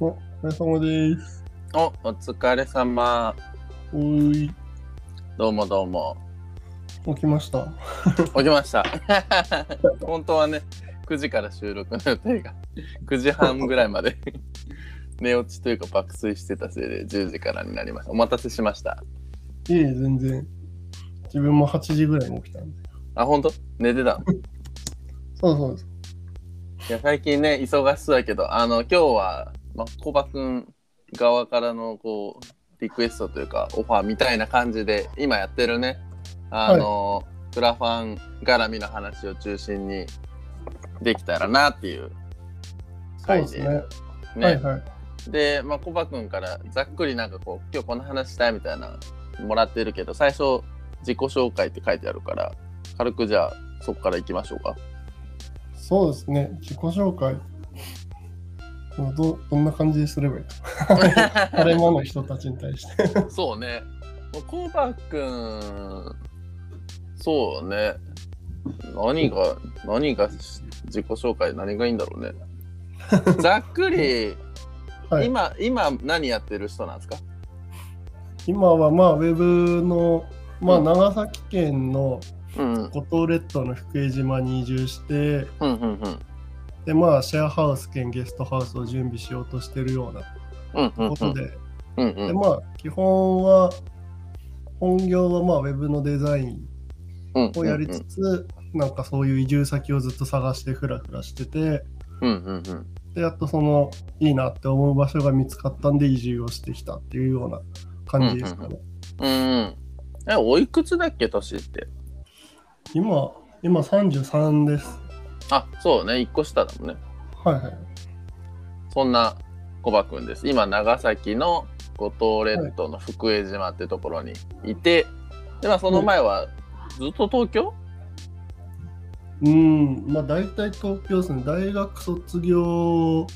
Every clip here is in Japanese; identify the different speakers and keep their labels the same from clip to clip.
Speaker 1: お疲れ様です。
Speaker 2: お、お疲れ様。
Speaker 1: おーい、
Speaker 2: どうもどうも。
Speaker 1: 起きました。
Speaker 2: 起きました。 本当はね、9時から収録の予定が、9時半ぐらいまで寝落ちというか爆睡してたせいで10時からになりました。お待たせしました。
Speaker 1: いえいえ、全然。自分も8時ぐらいに起きたんで。
Speaker 2: あ、本当寝てたの
Speaker 1: そうそうです。
Speaker 2: いや、最近ね、忙しそうだけど、あの、今日は、まあ、コバくん側からの、こう、リクエストというか、オファーみたいな感じで、今やってるね、あの、クラファン絡みの話を中心にできたらなっていう
Speaker 1: そう
Speaker 2: 回
Speaker 1: です
Speaker 2: で。
Speaker 1: ね。
Speaker 2: ね
Speaker 1: はいはい。
Speaker 2: で、まあ、コバくんからざっくりなんかこう、今日この話したいみたいな、もらってるけど、最初、自己紹介って書いてあるから、軽くじゃあ、そこから行きましょ うか。
Speaker 1: そうですね。自己紹介。もうどどんな感じですればいいか。晴れ間の人たちに対して。
Speaker 2: そうね。コバくん、そうね。何が、何がし自己紹介、何がいいんだろうね。ざっくり、
Speaker 1: はい、今
Speaker 2: 今、今何やってる人なんですか
Speaker 1: はまあ、ウェブの、まあ、
Speaker 2: うん
Speaker 1: 長崎県の
Speaker 2: うんうん、
Speaker 1: 五島列島の福江島に移住して、
Speaker 2: うん、うん、うん。
Speaker 1: で、まあ、シェアハウス兼ゲストハウスを準備しようとしてるような
Speaker 2: うん、うん、うん
Speaker 1: こ。とで、
Speaker 2: うん、
Speaker 1: でまあ基本は本業はまあウェブのデザイン
Speaker 2: うん。
Speaker 1: をやりつつ、なんかそういう移住先をずっと探してフラフラしてて
Speaker 2: うん、うん、うん。
Speaker 1: でやっとそのいいなって思う場所が見つかったんで移住をしてきたっていうような感じですかね、
Speaker 2: うん、うん。え、おいくつだっけ、年って。
Speaker 1: 今今33です
Speaker 2: あ、そうね、一個下だもんね。
Speaker 1: はいはい
Speaker 2: そんなコバくんです。今、長崎の五島列島の福江島ってところにいて、でまあ、その前はずっと東京、
Speaker 1: うんまあ大体東京ですね大学卒業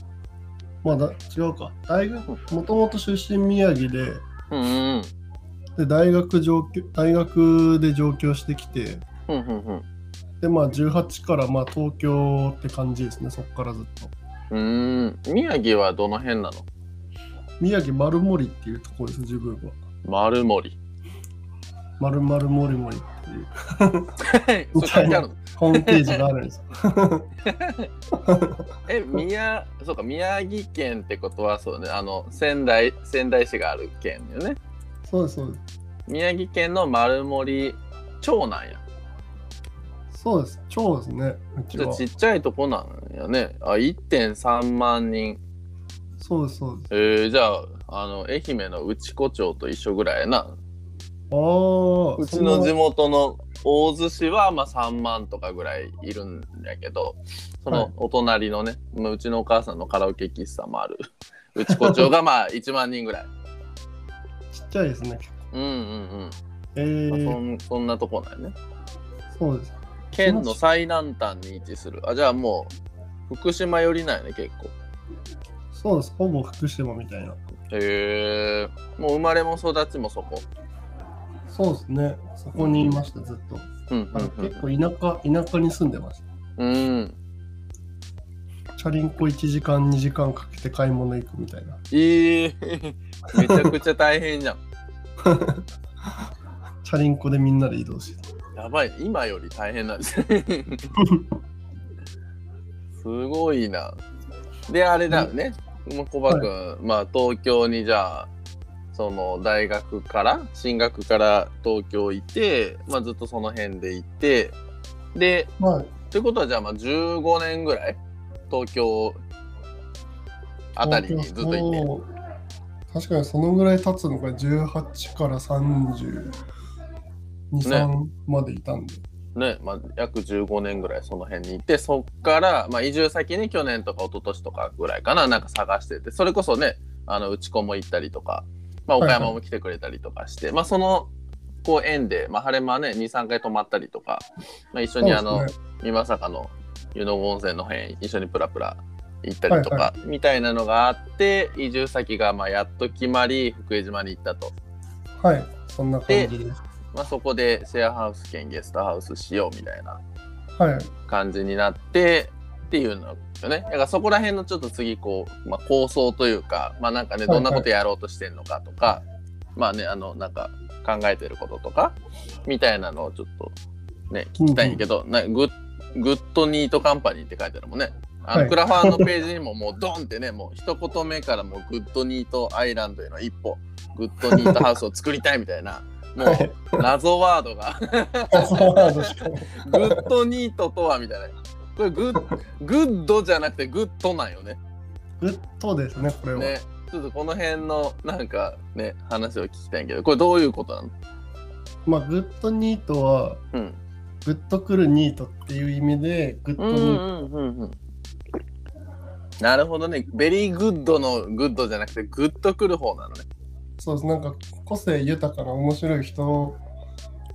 Speaker 1: まあだ違うか大学もともと出身宮城で
Speaker 2: うん、うん
Speaker 1: で大学上京大学で上京してきて、
Speaker 2: うんうんうん
Speaker 1: でまあ18からまあ東京って感じですねそこからずっと
Speaker 2: うん。うーん宮城はどの辺なの
Speaker 1: 宮城丸森っていうところです自分は
Speaker 2: 丸森。
Speaker 1: 丸丸森森っていう
Speaker 2: それ書いてあるの
Speaker 1: ホームページがあるんですよ
Speaker 2: え、宮、そうか、宮城県ってことは、そうね、あの、仙台、仙台市がある県よね。
Speaker 1: そうですそうで
Speaker 2: 宮城県の丸森町なんや。
Speaker 1: すそうです超ですねうち
Speaker 2: ちょ
Speaker 1: は
Speaker 2: っとちっちゃいとこなんやね。あ、1.3万人。
Speaker 1: そうですそうです
Speaker 2: えー、じゃああの愛媛の内子町と一緒ぐらいやな
Speaker 1: ああ
Speaker 2: うちの地
Speaker 1: 元
Speaker 2: 元の大洲市はまあ3万とかぐらいいるんやけどそ
Speaker 1: は
Speaker 2: の
Speaker 1: い
Speaker 2: お隣のね、まあうちのお母さんのカラオケ喫茶もある内子町がま あ1万人ぐらい
Speaker 1: ちっちゃいですね
Speaker 2: うんうん
Speaker 1: え
Speaker 2: うん、まあそ
Speaker 1: ー、
Speaker 2: んそんなとこなんやね
Speaker 1: そうです
Speaker 2: 県の最南端に位置するあじゃあもう福島寄りなんやね結構
Speaker 1: そうですほぼ福島みたいな
Speaker 2: へえもう生まれも育ちもそこ
Speaker 1: そうですねそこにいましたずっと
Speaker 2: うん
Speaker 1: あの
Speaker 2: うん
Speaker 1: 結構田舎田舎に住んでまし
Speaker 2: うん、うん、
Speaker 1: たチャリンコ1時間2時間かけて買い物行くみたいな
Speaker 2: ええめちゃくちゃ大変じゃん。
Speaker 1: チャリンコでみんなで移動して
Speaker 2: やばい、今より大変なんです。すごいな。で、あれだよね。もうコバ君、まあ東京にじゃあ、その大学から、進学から東京行って、まあずっとその辺で行って、で、
Speaker 1: まあ、
Speaker 2: ということはじゃあまあ15年ぐらい、東京あたりにずっと行って。
Speaker 1: そう確かにそのぐらい経つのが18から32、3までいたんで。
Speaker 2: ねまあ、約15年ぐらいその辺にいてそっから、まあ、移住先に去年とか一昨年とかぐらいかななんか探しててそれこそねあのうち子も行ったりとか、まあ、
Speaker 1: はい
Speaker 2: 岡
Speaker 1: はい
Speaker 2: 山も来てくれたりとかして、まあ、そのこう縁で、まあ、晴れ間ね23回泊まったりとか、まあ、一緒にあ
Speaker 1: そう
Speaker 2: の、
Speaker 1: ですね
Speaker 2: 今坂の湯の温泉の辺一緒にプラプラ行ったりとか、みたいなのがあって移住先がまあやっと決まり福江島に行ったと。
Speaker 1: はい、そんな感じです。
Speaker 2: まあ、そこでシェアハウス兼ゲストハウスしようみたいな
Speaker 1: はい、
Speaker 2: 感じになってっていうのよね。だからそこら辺のちょっと次こう、まあ、構想というか、まあなんかね、
Speaker 1: はいはい
Speaker 2: どんなことやろうとしてるのかとか、まあね、あの、なんか考えてることとか、みたいなのをちょっとね、聞きたいんやけど、なグッグッドニートカンパニーって書いてあるもんね。あの
Speaker 1: はい
Speaker 2: クラファンのページにももうドンってね、もう一言目からもうグッドニートアイランドへの一歩、グッドニートハウスを作りたいみたいな、も
Speaker 1: は
Speaker 2: う
Speaker 1: い。
Speaker 2: 謎ワードが
Speaker 1: あそうなんですか。
Speaker 2: グッドニートとはみたいな。これグッグッドじゃなくてグッドなんよね。
Speaker 1: グッドですね、これは。
Speaker 2: ね。ちょっとこの辺のなんかね、話を聞きたいんやけど、これどういうことなの
Speaker 1: まあ、グッドニートは、
Speaker 2: うん。
Speaker 1: グッとくるニートっていう意味で、グッ
Speaker 2: う
Speaker 1: ド
Speaker 2: ん
Speaker 1: ニ
Speaker 2: う
Speaker 1: ート。
Speaker 2: んうんうん。なるほどね。ベリーグッドのグッドじゃなくてグッとくる方なのね。
Speaker 1: そうです。なんか、個性豊かな面白い人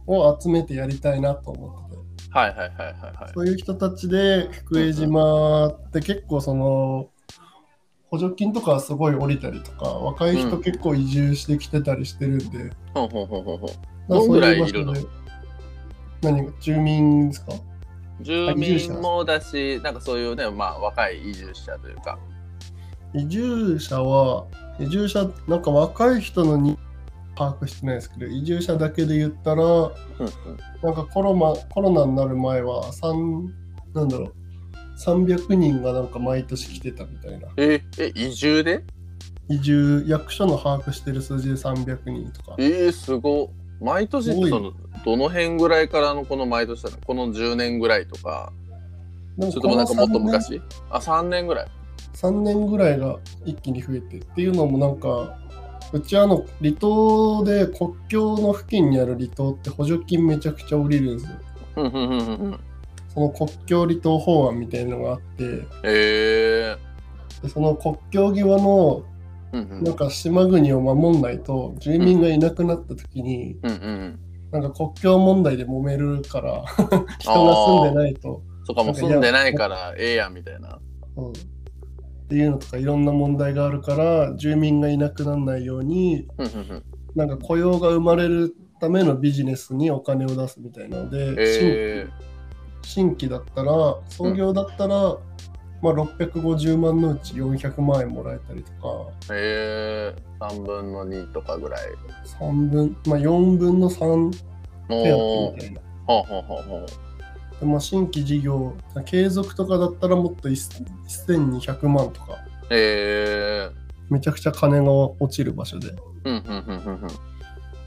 Speaker 1: を集めてやりたいなと思ってて。
Speaker 2: はいはいはいはいはい。
Speaker 1: そういう人たちで、福江島って結構その、補助金とかすごい降りたりとか、若い人
Speaker 2: うん
Speaker 1: 結構移住してきてたりしてるんで、だか
Speaker 2: ほんほんほんほんほん。
Speaker 1: ら
Speaker 2: どん
Speaker 1: そ
Speaker 2: ぐ
Speaker 1: う
Speaker 2: ら
Speaker 1: いう
Speaker 2: い
Speaker 1: 場
Speaker 2: いる
Speaker 1: 所
Speaker 2: の
Speaker 1: で、何が住民ですか
Speaker 2: 住民もだし、なんかそういうね、まあ若い移住者というか。
Speaker 1: 移住者は、移住者、なんか若い人のに把握してないですけど、移住者だけで言ったら、
Speaker 2: うんうん
Speaker 1: なんかコロナコロナになる前は、三なんだろう、300人がなんか毎年来てたみたいな。
Speaker 2: え、え、移住で
Speaker 1: 移住役所の把握してる数字で300人とか
Speaker 2: えー、すごっ毎年って
Speaker 1: 多い
Speaker 2: そのどの辺ぐらいからのこの毎年だのこの10年ぐらいとか
Speaker 1: でも
Speaker 2: それともなんかもっと
Speaker 1: この3年
Speaker 2: 昔あ3年ぐらい
Speaker 1: 3年ぐらいが一気に増えてっていうのもなんかうちあの離島で国境の付近にある離島って補助金めちゃくちゃ降りるんですよ
Speaker 2: うんうんうんうんうん
Speaker 1: その国境離島法案みたいなのがあってで
Speaker 2: え
Speaker 1: その国境際の
Speaker 2: ー、うんうん
Speaker 1: なんか島国を守んないと住民がいなくなった時に
Speaker 2: うんうん
Speaker 1: なんか国境問題で揉めるから 人が住んでないと
Speaker 2: そっかもう住んでないからええやんみたいな
Speaker 1: うんっていうのとかいろんな問題があるから住民がいなくならないように
Speaker 2: うんうんうん
Speaker 1: なんか雇用が生まれるためのビジネスにお金を出すみたいなので、
Speaker 2: え
Speaker 1: 新新規だったら創業だったら、まあ、650万のうち400万円もらえたりとか
Speaker 2: ー、えー、3分の2とかぐらい
Speaker 1: 3分、まあ、4分の3手当
Speaker 2: も
Speaker 1: み
Speaker 2: う
Speaker 1: たいな。
Speaker 2: ほうほうほうほう
Speaker 1: でまあ、新規事業継続とかだったらもっと1000 1200万とか
Speaker 2: えー、
Speaker 1: めちゃくちゃ金が落ちる場所で
Speaker 2: うんうんうんうんうん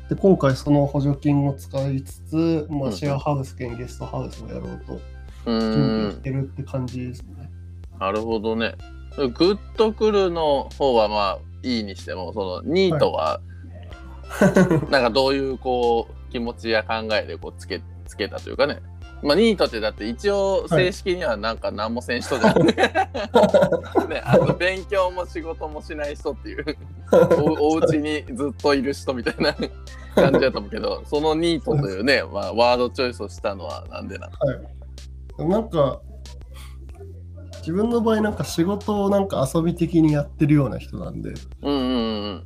Speaker 1: で今回その補助金を使いつつ、ま
Speaker 2: う
Speaker 1: あ、
Speaker 2: ん
Speaker 1: シェアハウス兼ゲストハウスをやろうと
Speaker 2: う
Speaker 1: 準
Speaker 2: ー
Speaker 1: 備
Speaker 2: ん
Speaker 1: してるって感じですね。
Speaker 2: なるほどね。グッとくるの方はまあいいにしてもそのニートは、なんかどういうこう気持ちや考えでこうつけつけたというかね。まあニートってだって一応正式にはなんか何もせん人じゃん、ね ね、あの勉強も仕事もしない人っていうおお家にずっといる人みたいな 感じだと思うけどそのニートというね、まあ、ワードチョイスをしたのはなんでなの
Speaker 1: なんか自分の場合なんか仕事をなんか遊び的にやってるような人なんで
Speaker 2: うんうんうん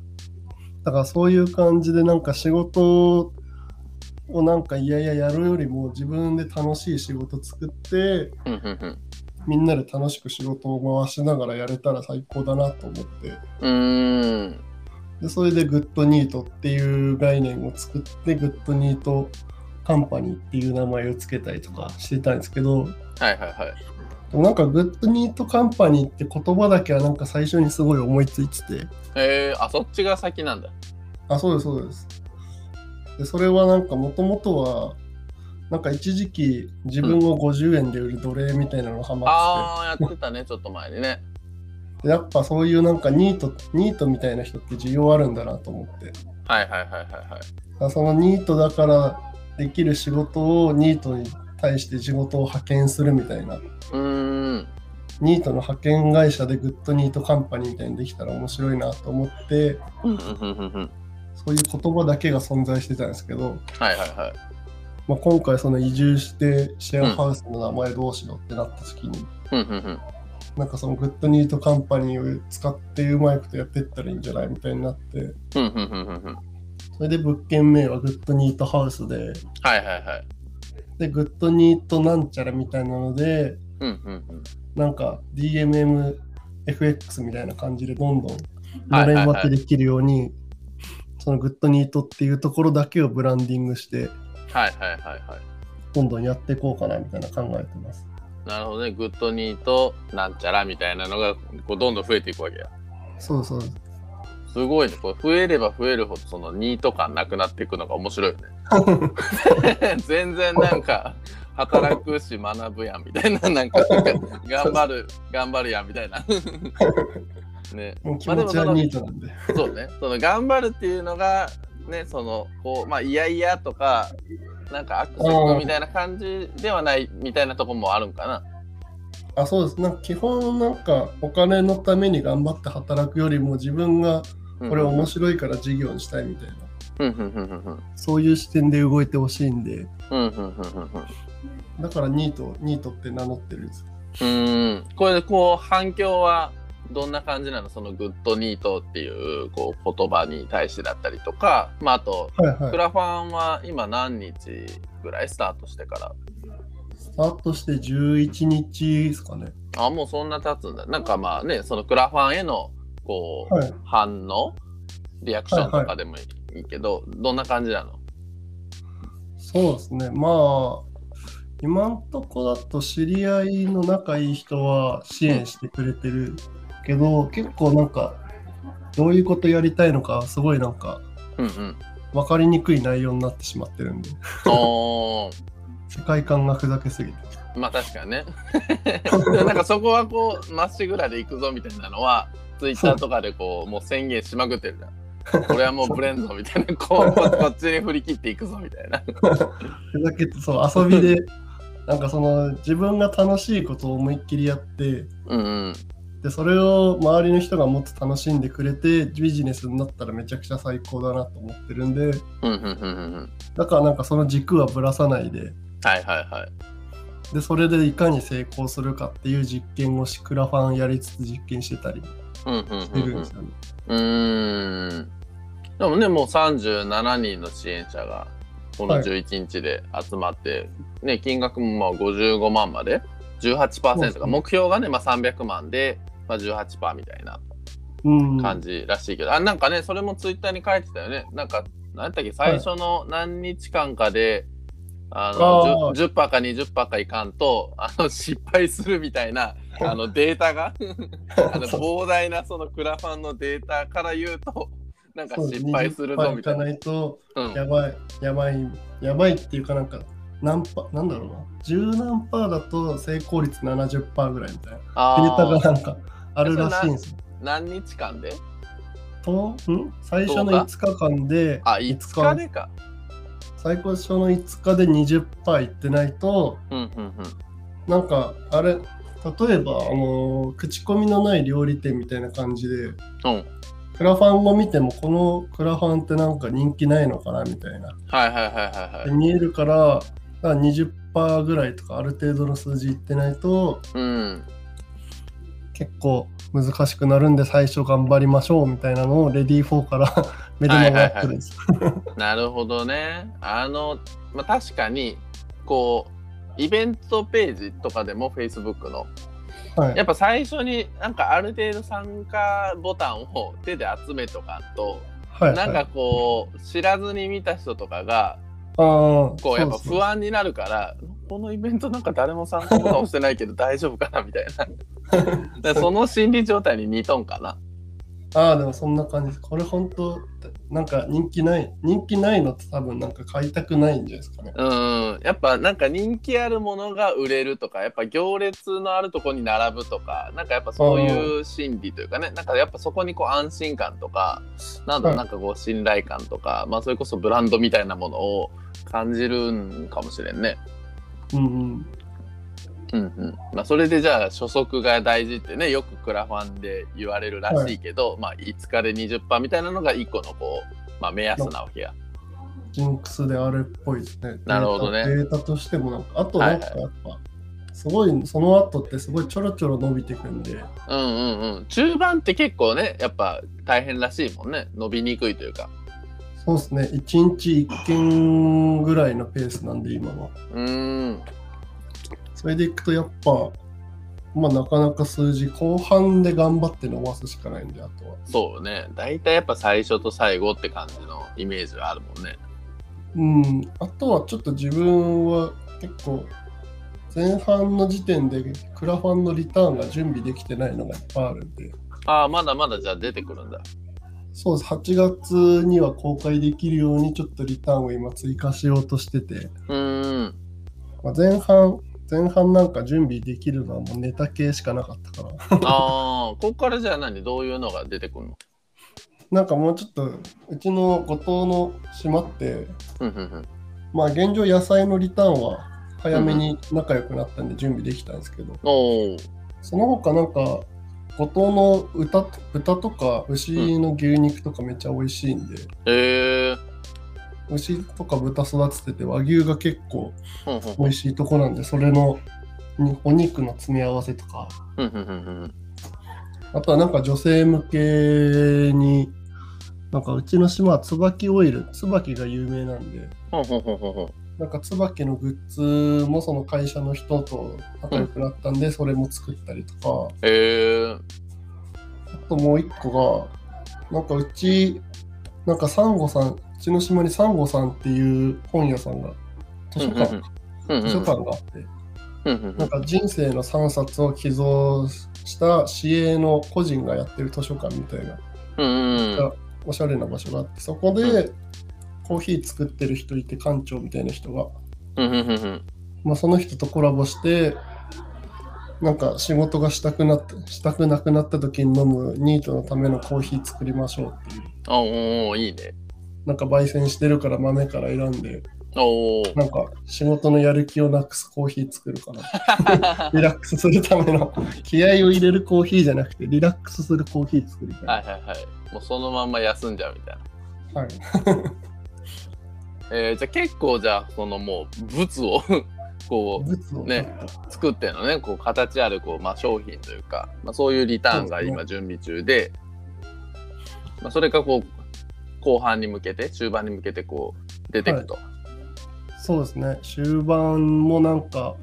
Speaker 1: だからそういう感じでなんか仕事をなんかいやいややるよりも自分で楽しい仕事作って
Speaker 2: うんうんうん
Speaker 1: みんなで楽しく仕事を回しながらやれたら最高だなと思って
Speaker 2: うーん
Speaker 1: でそれでグッドニートっていう概念を作ってグッドニートカンパニーっていう名前をつけたりとかしてたんですけど
Speaker 2: はいはいはい
Speaker 1: でもなんかグッドニートカンパニーって言葉だけはなんか最初にすごい思いついてて
Speaker 2: えー、あそっちが先なんだ。
Speaker 1: あそうですそうですでそれはなんかもともとはなんか一時期自分を50円で売る奴隷みたいなのハマっ
Speaker 2: ああー、やってたね、ちょっと前にね。
Speaker 1: ててでやっぱそういうなんかニートニートみたいな人って需要あるんだなと思ってだか
Speaker 2: はいはいはいはいはい。
Speaker 1: らそのニートだからできる仕事をニートに対して仕事を派遣するみたいな
Speaker 2: うーん。
Speaker 1: ニートの派遣会社でグッドニートカンパニーみたいにできたら面白いなと思って
Speaker 2: うんうんうんうんうん
Speaker 1: そういう言葉だけが存在してたんですけど、
Speaker 2: はいはいはい。
Speaker 1: まあ、今回その移住してシェアハウスの名前どうしようってなった時に、
Speaker 2: うんうんうん。
Speaker 1: なんかそのグッドニートカンパニーを使ってうまいことやってったらいいんじゃないみたいになって
Speaker 2: うんうんうんうんうん。
Speaker 1: それで物件名はグッドニートハウスで
Speaker 2: はいはいはい。
Speaker 1: でグッドニートなんちゃらみたいなので
Speaker 2: うんうんうん。
Speaker 1: なんか DMMFX みたいな感じでどんどん
Speaker 2: はい
Speaker 1: の
Speaker 2: はい
Speaker 1: れ
Speaker 2: はい
Speaker 1: ん分けできるように、そのグッドニートっていうところだけをブランディングして
Speaker 2: はいはいはいはい。
Speaker 1: どんどんやっていこうかなみたいな考えてます。
Speaker 2: なるほどね。グッドニーとなんちゃらみたいなのがこうどんどん増えていくわけや。
Speaker 1: そうそう。
Speaker 2: すごいね。これ増えれば増えるほどそのニート感なくなっていくのが面白いよね。 全然なんか働くし学ぶやんみたいな。なんか頑張る、頑張るやんみた いな。ね。
Speaker 1: もう気
Speaker 2: まあで
Speaker 1: 持
Speaker 2: も
Speaker 1: ち
Speaker 2: そ
Speaker 1: は
Speaker 2: の
Speaker 1: ニートなんで。
Speaker 2: そうね。その頑張るっていうのが、ね、その、こう、まあ、いやいやとか、なんかアクセントみたいな感じではないみたいなとこもあるんかな。
Speaker 1: あそうですなんか基本なんかお金のために頑張って働くよりも自分がこれ面白いから事業にしたいみたいな、
Speaker 2: うんうんうんうんうん
Speaker 1: そういう視点で動いてほしいんで
Speaker 2: うんうんうんうんうん
Speaker 1: だからニートニートって名乗ってるんです
Speaker 2: うーんこれでこう反響はどんな感じなのそのグッドニートっていうこう言葉に対してだったりとか、まあ、あと
Speaker 1: はいは
Speaker 2: ク
Speaker 1: い
Speaker 2: ラファンは今何日ぐらいスタートしてから
Speaker 1: スタートして11日ですかね
Speaker 2: あもうそんな経つんだなんかまあねそのクラファンへのこう、
Speaker 1: はい
Speaker 2: 反応リアクションとかでもいい,、けどどんな感じなの
Speaker 1: そうですねまあ今んとこだと知り合いの仲いい人は支援してくれてるけど結構なんかどういうことやりたいのかすごいなんか
Speaker 2: うんうん
Speaker 1: 分かりにくい内容になってしまってるんで
Speaker 2: おー
Speaker 1: 世界観がふざけすぎて
Speaker 2: まあ確かにね なんかそこはこうまっしぐらで行くぞみたいなのはツイッターとかでこうもう宣言しまくってるじゃん俺はもうブレンぞみたいな こうこっちに振り切っていくぞみたいな
Speaker 1: ふざけてそう遊びで なんかその自分が楽しいことを思いっきりやって
Speaker 2: うんうん
Speaker 1: でそれを周りの人がもっと楽しんでくれてビジネスになったらめちゃくちゃ最高だなと思ってるんで
Speaker 2: うんうんうんうんうん
Speaker 1: だからなんかその軸はぶらさないで
Speaker 2: はいはいはい
Speaker 1: でそれでいかに成功するかっていう実験をしクラファンやりつつ実験してたり
Speaker 2: うんうん
Speaker 1: して
Speaker 2: うん
Speaker 1: る
Speaker 2: うんん
Speaker 1: ですよね、
Speaker 2: うーんでもねもう37人の支援者がこの
Speaker 1: はい
Speaker 2: 11日で集まって、ね、金額もまあ55万まで
Speaker 1: そうです
Speaker 2: 18%
Speaker 1: ね
Speaker 2: が目標がね、まあ、300万で、まあ、18%みたいな
Speaker 1: うん
Speaker 2: 感じらしいけど、あなんかねそれもツイッターに書いてたよねなんか何やったっけ最初の何日間かで、あの
Speaker 1: あー
Speaker 2: 10, 10%か20%かいかんとあの 失敗するみたいな あのデータがあの膨大なそのクラファンのデータから言うとなんか
Speaker 1: そうです
Speaker 2: 失敗するぞみたい
Speaker 1: 20%か
Speaker 2: な。
Speaker 1: ないと
Speaker 2: うん
Speaker 1: やばいやばいやばいっていうかなんか何パなんだろうな十何パーだと成功率70%ぐらいみたいな
Speaker 2: あ
Speaker 1: データ
Speaker 2: ー
Speaker 1: がなんかあるらしいんですよ。
Speaker 2: 何日間で
Speaker 1: とん最初の
Speaker 2: どうだ
Speaker 1: 5日間で
Speaker 2: あ5日でか。
Speaker 1: 最高初の5日で20%いってないと
Speaker 2: うんうんうん
Speaker 1: なんかあれ例えば、あのー口コミのない料理店みたいな感じで
Speaker 2: うん
Speaker 1: クラファンを見てもこのクラファンってなんか人気ないのかなみたいな
Speaker 2: はいはいはいはい
Speaker 1: で
Speaker 2: はい。
Speaker 1: 見えるからだから20%ぐらいとかある程度の数字いってないと
Speaker 2: うん
Speaker 1: 結構難しくなるんで最初頑張りましょうみたいなのをレディー4から 目で回ってるんです。
Speaker 2: なるほどね。あの、まあ、確かに、こう、イベントページとかでも Facebook の
Speaker 1: はい
Speaker 2: やっぱ最初になんかある程度参加ボタンを手で集めとかんと
Speaker 1: はい、
Speaker 2: なんかこう知らずに見た人とかが
Speaker 1: こ
Speaker 2: こうやっぱ不安になるからこのイベントなんか誰も参加ボタン押してないけど大丈夫かなみたい なだからその心理状態に似とんかな
Speaker 1: ああでもそんな感じですこれ本当なんか人気ない人気ないのって多分なんか買いたくないんじゃないですかね
Speaker 2: うんやっぱなんか人気あるものが売れるとかやっぱ行列のあるとこに並ぶとかなんかやっぱそういう心理というかねなんかやっぱそこにこう安心感とかなんだ
Speaker 1: はい
Speaker 2: なんかこう信頼感とか、まあそれこそブランドみたいなものを感じるんかもしれんね。
Speaker 1: うんうん
Speaker 2: うんうんまあ、それでじゃあ初速が大事ってねよくクラファンで言われるらしいけど、まあ5日で20%みたいなのが1個のこう、まあ、目安なわけや。
Speaker 1: ジンクスであれっぽいですね
Speaker 2: なるほどね
Speaker 1: データデータとしてもなんかあとなんかやっぱ、すごいその後ってすごいちょろちょろ伸びてくんで
Speaker 2: うんうんうん中盤って結構ねやっぱ大変らしいもんね伸びにくいというか
Speaker 1: そうですね1日1件ぐらいのペースなんで今は
Speaker 2: うーん
Speaker 1: それでいくとやっぱまあ、なかなか数字後半で頑張って伸ばすしかないんで、あとは。
Speaker 2: そうよね。大体やっぱ最初と最後って感じのイメージはあるもんね。
Speaker 1: うん、あとはちょっと自分は結構前半の時点でクラファンのリターンが準備できてないのがいっぱいあるんで、
Speaker 2: ああ、まだまだじゃあ出てくるんだ。
Speaker 1: そうです、8月には公開できるようにちょっとリターンを今追加しようとしてて、
Speaker 2: うーん。
Speaker 1: まあ、前半、前半なんか準備できるのはもうネタ系しかなかったから、
Speaker 2: ああ、ここからじゃあ何どういうのが出てくるの
Speaker 1: なんかもうちょっとうちの後藤の島って、
Speaker 2: ふんふんふん。
Speaker 1: まあ現状野菜のリターンは早めに仲良くなったんで準備できたんですけど、
Speaker 2: おお。
Speaker 1: その他なんか後藤の豚と豚とか牛の牛肉とかめっちゃ美味しいんで、
Speaker 2: へえ。
Speaker 1: 牛とか豚育ててて和牛が結構
Speaker 2: ふんふん
Speaker 1: 美味しいとこなんでそれのにお肉の詰め合わせとか
Speaker 2: ふんふんふんふん。
Speaker 1: あとはなんか女性向けになんかうちの島は椿オイル椿が有名なんで
Speaker 2: ほんほんほんほんほん。
Speaker 1: なんか椿のグッズもその会社の人と仲良くなったんでそれも作ったりとか、
Speaker 2: へえ。
Speaker 1: あともう一個が、なんかうち、なんかサンゴさん、うちの島にサンゴさんっていう本屋さんが、図書館、
Speaker 2: うん
Speaker 1: 図書館があって、
Speaker 2: うんうん
Speaker 1: なんか人生の3冊を寄贈した市営の個人がやってる図書館みたいな、
Speaker 2: うんうん。
Speaker 1: おしゃれな場所があって、そこでコーヒー作ってる人いて、館長みたいな人が、
Speaker 2: うんうんうんうん。
Speaker 1: まあ、その人とコラボして、なんか仕事がしたくなってしたくなくなった時に飲むニートのためのコーヒー作りましょうっていう
Speaker 2: あおおいいね。
Speaker 1: なんか焙煎してるから豆から選んで、
Speaker 2: おお。
Speaker 1: なんか仕事のやる気をなくすコーヒー作るから、 リラックスするための気合を入れるコーヒーじゃなくて、リラックスするコーヒー作りたい。
Speaker 2: はいはいはい。もうそのまんま休んじゃうみたいな。
Speaker 1: はい。
Speaker 2: えー、じゃあ結構じゃあそのもう物を こ
Speaker 1: ブツをちょっ
Speaker 2: ねう作ってんのねこう形あるこう、まあ、商品というか、まあ、そういうリターンが今準備中で、まあ、それがこう後半に向けて中盤に向けてこう出てくと。
Speaker 1: とそうですね。終盤もなんか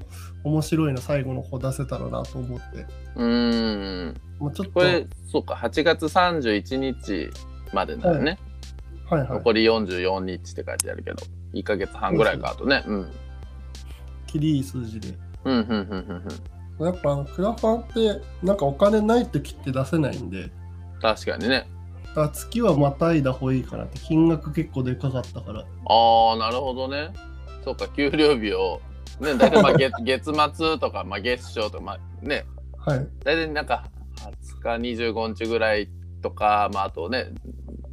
Speaker 1: 面白いの最後の方出せたらなと思って、
Speaker 2: うーん
Speaker 1: もうちょっと、
Speaker 2: こ
Speaker 1: は
Speaker 2: れ
Speaker 1: い
Speaker 2: そうか8月31日までなのね、
Speaker 1: はい
Speaker 2: 残り44日って書いてあるけど1ヶ月半ぐらいかあとね。うん、
Speaker 1: きりいい数字で。
Speaker 2: うんうんうんうんうん
Speaker 1: やっぱあのクラファンってなんかお金ない時って出せないんで、
Speaker 2: 確かにね。
Speaker 1: だから月はまたいだ方がいいかなって、金額結構でかかったから。
Speaker 2: ああ、なるほどね。そうか、給料日を、ね、大体まあ月 月末とか、まあ、月初とか、まあ、ね、
Speaker 1: はい。
Speaker 2: 大体なんか20日、25日ぐらいとか、まあ、あとね、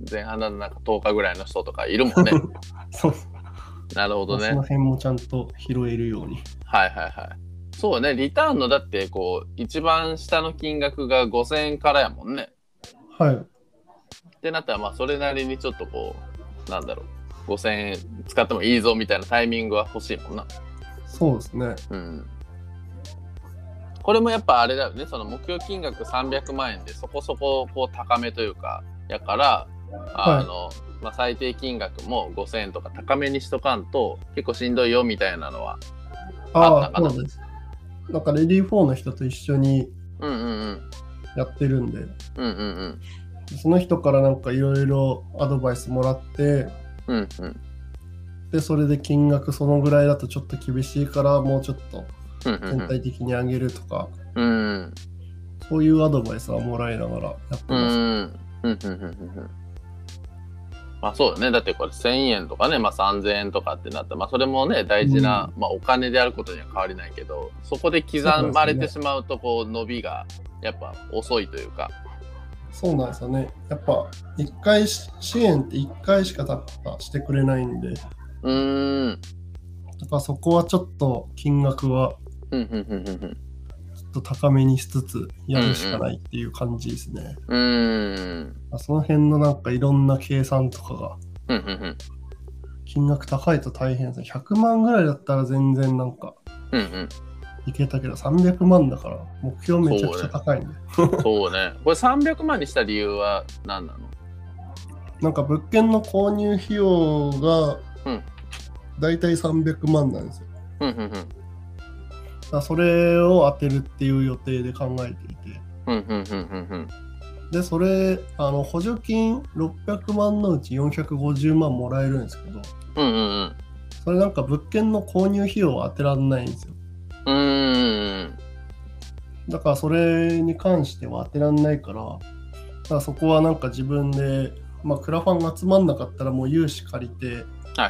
Speaker 2: 前半だとなんか10日ぐらいの人とかいるもんね。
Speaker 1: そう
Speaker 2: なるほどね
Speaker 1: そ。の辺もちゃんと拾えるように。
Speaker 2: はいはいはい。そうね、リターンのだって、こう、一番下の金額が5000円からやもんね。
Speaker 1: はい。
Speaker 2: ってなったら、まあ、それなりにちょっとこう、なんだろう、5000円使ってもいいぞみたいなタイミングは欲しいもんな。
Speaker 1: そうですね。
Speaker 2: うんこれもやっぱあれだよねその目標金額300万円でそこそここう高めというかやからあの、まあ、最低金額も5000円とか高めにしとかんと結構しんどいよみたいなのはあ
Speaker 1: あ
Speaker 2: った
Speaker 1: あ、
Speaker 2: かな
Speaker 1: そうです。なんかレディー4の人と一緒に
Speaker 2: うんうんうん
Speaker 1: やってるんで、
Speaker 2: うんうん
Speaker 1: その人からなんかいろいろアドバイスもらって、
Speaker 2: うんうんうん
Speaker 1: で、それで金額そのぐらいだとちょっと厳しいから、もうちょっと
Speaker 2: うんうん
Speaker 1: 全体的に上げるとか、
Speaker 2: うんうん
Speaker 1: そういうアドバイスはもらいながらやって
Speaker 2: うん
Speaker 1: ます。
Speaker 2: うんうんうんうんまあそうだねだってこれ1000円とかね、まあ、3000円とかってなったら、まあ、それもね大事な、まあ、お金であることには変わりないけどそこで刻まれてしまうとこう伸びがやっぱ遅いというか
Speaker 1: そうなんですよね。やっぱ、一回し、支援って一回しかたったしてくれないんで、だ
Speaker 2: うーん
Speaker 1: からそこはちょっと金額は
Speaker 2: うんうんうんうん
Speaker 1: ちょっと高めにしつつやるしかないっていう感じですね。
Speaker 2: うんうーん
Speaker 1: まあその辺のなんかいろんな計算とかが
Speaker 2: うんうん
Speaker 1: 金額高いと大変ですね。100万ぐらいだったら全然なんか
Speaker 2: うんうん
Speaker 1: いけたけど300万だから目標めちゃくちゃ高いんで。
Speaker 2: うんそうねこれ300万にした理由は何なの
Speaker 1: なんか物件の購入費用が
Speaker 2: うん
Speaker 1: だいたい300万なんですよ。
Speaker 2: うんうんうん
Speaker 1: だそれを当てるっていう予定で考えていて
Speaker 2: うんうんうんうん
Speaker 1: でそれあの補助金600万のうち450万もらえるんですけど
Speaker 2: うんうんうん
Speaker 1: それなんか物件の購入費用は当てられないんですよ
Speaker 2: うんうん
Speaker 1: だからそれに関しては当てらんないからだからそこはなんか自分で、まあ、クラファンが集まんなかったらもう融資借りて
Speaker 2: はい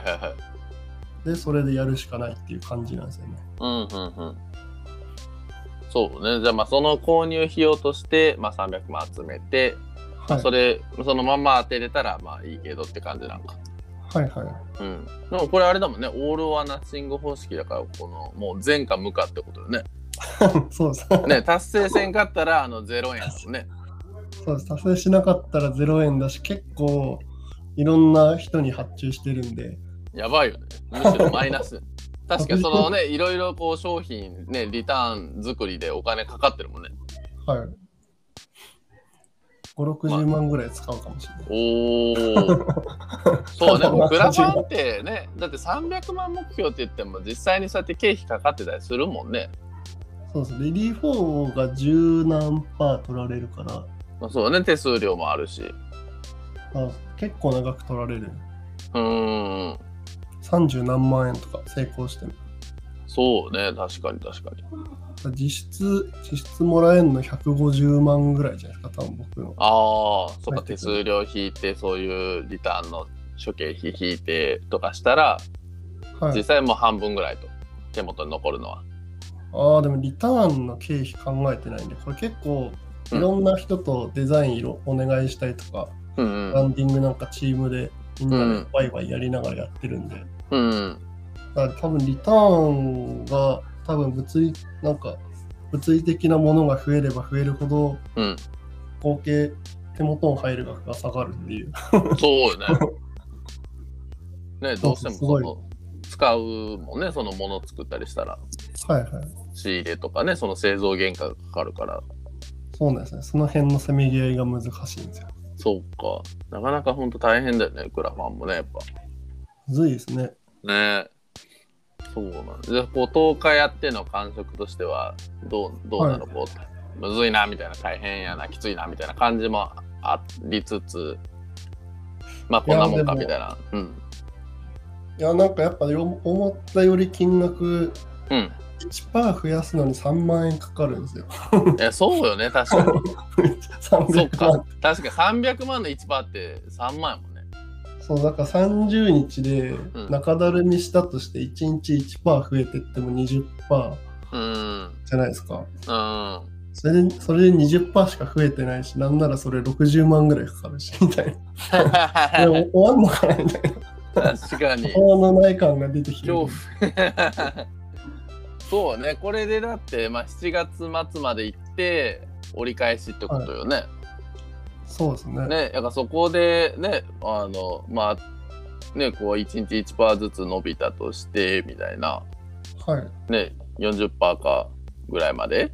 Speaker 2: はいはい
Speaker 1: でそれでやるしかないっていう感じなんですよね
Speaker 2: うんうんうんそうねじゃあまあその購入費用として、まあ、300万集めて、
Speaker 1: はい
Speaker 2: それそのまんま当てれたらまあいいけどって感じなんか
Speaker 1: はいはい
Speaker 2: うんでもこれあれだもんねオール・オア・ナッシング方式だからこのもう前か無かってことよね
Speaker 1: そうです。そ
Speaker 2: ね達成せんかったらあの0円だもんね
Speaker 1: うです。達成しなかったら0円だし、結構いろんな人に発注してるんで、
Speaker 2: やばいよね。むしろマイナス。確かにそのね、いろいろこう商品ね、リターン作りでお金かかってるもんね。
Speaker 1: はい。5、60万ぐらい使うかもしれない。
Speaker 2: お お。そうね、
Speaker 1: まあま
Speaker 2: も
Speaker 1: あ
Speaker 2: うクラファンってね、だって300万目標って言っても実際にそうやって経費かかってたりするもんね。
Speaker 1: そうです。レディー4が十何パー取られるから、
Speaker 2: まあ、そうね、手数料もあるし。
Speaker 1: あ結構長く取られる。
Speaker 2: うーん。
Speaker 1: 30何万円とか成功しても。
Speaker 2: そうね、確かに確かに。
Speaker 1: 実質、実質もらえるの150万ぐらいじゃないですか、多分僕の。
Speaker 2: ああ、そっ
Speaker 1: 入
Speaker 2: か、
Speaker 1: って
Speaker 2: 手
Speaker 1: くる
Speaker 2: 数料引いて、そういうリターンの諸経費引いてとかしたら、
Speaker 1: は
Speaker 2: 実
Speaker 1: い。
Speaker 2: 際もう半分ぐらいと、手元に残るのは。
Speaker 1: ああ、でもリターンの経費考えてないんで、これ結構いろんな人とデザイン色お願いしたりとか、
Speaker 2: うんうん
Speaker 1: ブランディングなんかチームでみん
Speaker 2: う
Speaker 1: なんでワイワイやりながらやってるんで、
Speaker 2: うん。
Speaker 1: だから多分リターンが多分物理なんか物理的なものが増えれば増えるほど
Speaker 2: うん。
Speaker 1: 合計手元に入る額が下がるっていう
Speaker 2: そうよね。 ね、どうしても
Speaker 1: すご
Speaker 2: そ
Speaker 1: い
Speaker 2: の使うもんね、そのもの作ったりしたら、
Speaker 1: はいはい
Speaker 2: 仕入れとかね、その製造原価がかかるから、
Speaker 1: そうなんですねその辺のせめぎ合いが難しいんですよ
Speaker 2: そうか。なかなか本当大変だよね、クラファンもね、やっぱ。
Speaker 1: むずいですね
Speaker 2: ね。そうなんじゃあこう10日やっての感触としてはどうどうなのこう、むずいなみたいな大変やなきついなみたいな感じもありつつまあこんなもんか
Speaker 1: い
Speaker 2: み
Speaker 1: や
Speaker 2: たいなうん
Speaker 1: いやなんかやっぱよ思ったより金額
Speaker 2: うん
Speaker 1: 1%増やすのに3万円かかるんですよ
Speaker 2: いやそうよね確かにそっ
Speaker 1: 300
Speaker 2: か
Speaker 1: 万、
Speaker 2: 確かに300万の1パーって3万やもんね。
Speaker 1: そうだから30日で
Speaker 2: うん
Speaker 1: 中だるみしたとして1日1%増えてっても20%
Speaker 2: うーん、
Speaker 1: じゃないですか
Speaker 2: うーん。
Speaker 1: それでそれで20%しか増えてないしなんならそれ60万ぐらいかかるしみ たいなでも終わんのかなみたいな
Speaker 2: 確かに。
Speaker 1: 終わらない感が出てきてる
Speaker 2: 恐怖。そうね、これでだって、まあ、7月末まで行って、折り返しってことよね。
Speaker 1: そうですね
Speaker 2: ね、やっぱそこでね、あの、まあ、ね、こう、1日1パーずつ伸びたとして、みたいな、
Speaker 1: はい
Speaker 2: ね、40パーかぐらいまで、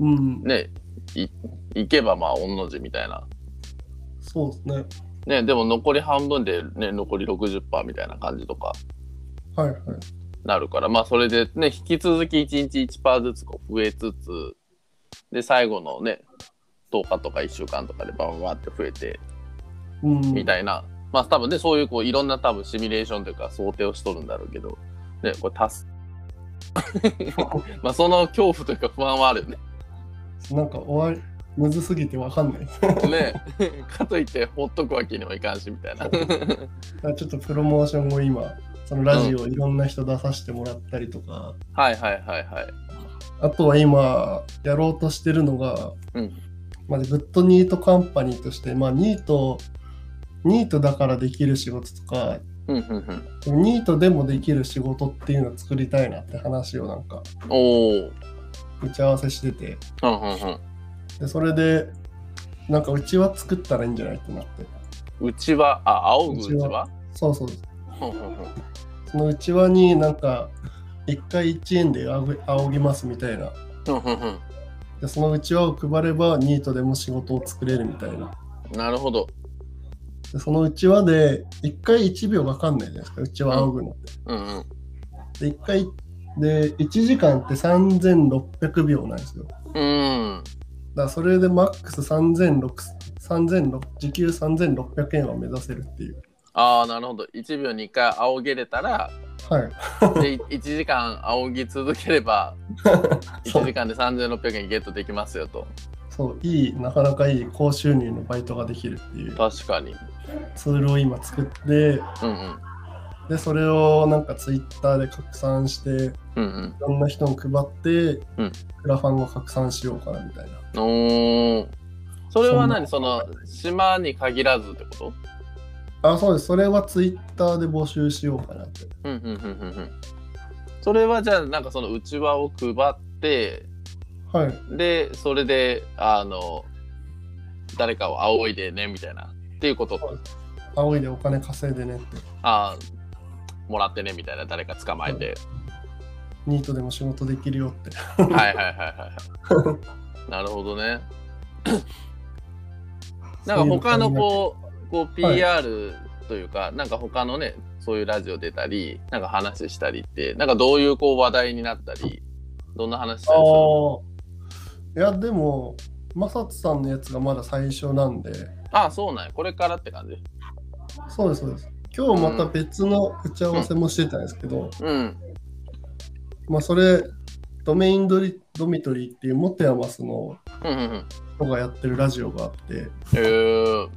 Speaker 1: うん、
Speaker 2: ね、い行けば、まあ、御の字みたいな。
Speaker 1: そうですね
Speaker 2: ね、でも残り半分で、ね、残り60%みたいな感じとか
Speaker 1: はいはい
Speaker 2: なるから、まあ、それで、ね、引き続き1日1%ずつこう増えつつで最後の、ね、10日とか1週間とかでバンバンって増えて
Speaker 1: うん
Speaker 2: みたいな、まあ多分ねそういうこういろんな多分シミュレーションというか想定をしとるんだろうけど、ね、これ足 すまあその恐怖というか不安はあるよね。
Speaker 1: なんか終わりむずすぎてわかんない だか
Speaker 2: ねかといってほっとくわけにもいかんしみたいな。
Speaker 1: らちょっとプロモーションを今そのラジオいろんな人出させてもらったりとか、
Speaker 2: はいはいはいはい。
Speaker 1: あとは今やろうとしてるのが、
Speaker 2: うん
Speaker 1: まあ、グッドニートカンパニーとして、まあ、ニートニートだからできる仕事とか
Speaker 2: うんうんうん、
Speaker 1: ニートでもできる仕事っていうのを作りたいなって話をなんか
Speaker 2: おー
Speaker 1: 打ち合わせしてて
Speaker 2: うんうんうん
Speaker 1: でそれでなんかうちは作ったらいいんじゃないってなって
Speaker 2: うちは、あ、仰ぐうちは。
Speaker 1: そうそう
Speaker 2: ほんほんほん
Speaker 1: そのうちわになんか1回1円で仰ぎ仰ぎますみたいな
Speaker 2: ほんほんほん
Speaker 1: でそのうちわを配ればニートでも仕事を作れるみたいな
Speaker 2: なるほど。
Speaker 1: でそのうちわで1回1秒かかんないじゃないですかうちわ仰ぐのっ
Speaker 2: うんうん。
Speaker 1: てで1回で、1時間って3600秒なんですよ。だか
Speaker 2: うん。
Speaker 1: らそれでマックス3600、3600時給3600円は目指せるっていう。
Speaker 2: ああ、なるほど。1秒に1回仰げれた ら、
Speaker 1: はい。
Speaker 2: で1時間仰ぎ続けれ ば、
Speaker 1: そう
Speaker 2: 1時間で3600円ゲットできますよと。
Speaker 1: そう、いい、なかなかいい高収入のバイトができるっていう
Speaker 2: 確かに。
Speaker 1: ツールを今作って、
Speaker 2: うんうん。
Speaker 1: で、それをなんかツイッターで拡散して、
Speaker 2: うん
Speaker 1: いろんな人に配って、
Speaker 2: うん
Speaker 1: クラファンを拡散しようかなみたいな。
Speaker 2: うん。おーそれは何
Speaker 1: そ
Speaker 2: そ
Speaker 1: んな
Speaker 2: の、島に限らずってこと
Speaker 1: あ、そうです。それはツイッターで募集しようかなって。
Speaker 2: うんうんうんうんうん。それはじゃあ、なんかその、うちわを配って、
Speaker 1: はい。
Speaker 2: で、それで、あの、誰かを仰いでね、みたいな。っていうこと。
Speaker 1: 仰いでお金稼いでねって。
Speaker 2: あーもらってね、みたいな。誰か捕まえて。
Speaker 1: ニートでも仕事できるよって。
Speaker 2: はいはいはいはいはい。なるほど ね。なんか他のこう、こう
Speaker 1: はい
Speaker 2: PR というか、なんか他のね、そういうラジオ出たり、なんか話したりって、なんかどういうこう話題になったり、どんな話したりするの
Speaker 1: ああ。いや、でも、マサツさんのやつがまだ最初なんで、
Speaker 2: ああ、そうなんや。これからって感じ。
Speaker 1: そうです、そうです。今日また別の打ち合わせもしてたんですけど、
Speaker 2: うん。
Speaker 1: まあ、それ、ドメインドリドミトリーっていうモテアマスの
Speaker 2: うんうんうん。
Speaker 1: 人がやってるラジオがあって、
Speaker 2: えー、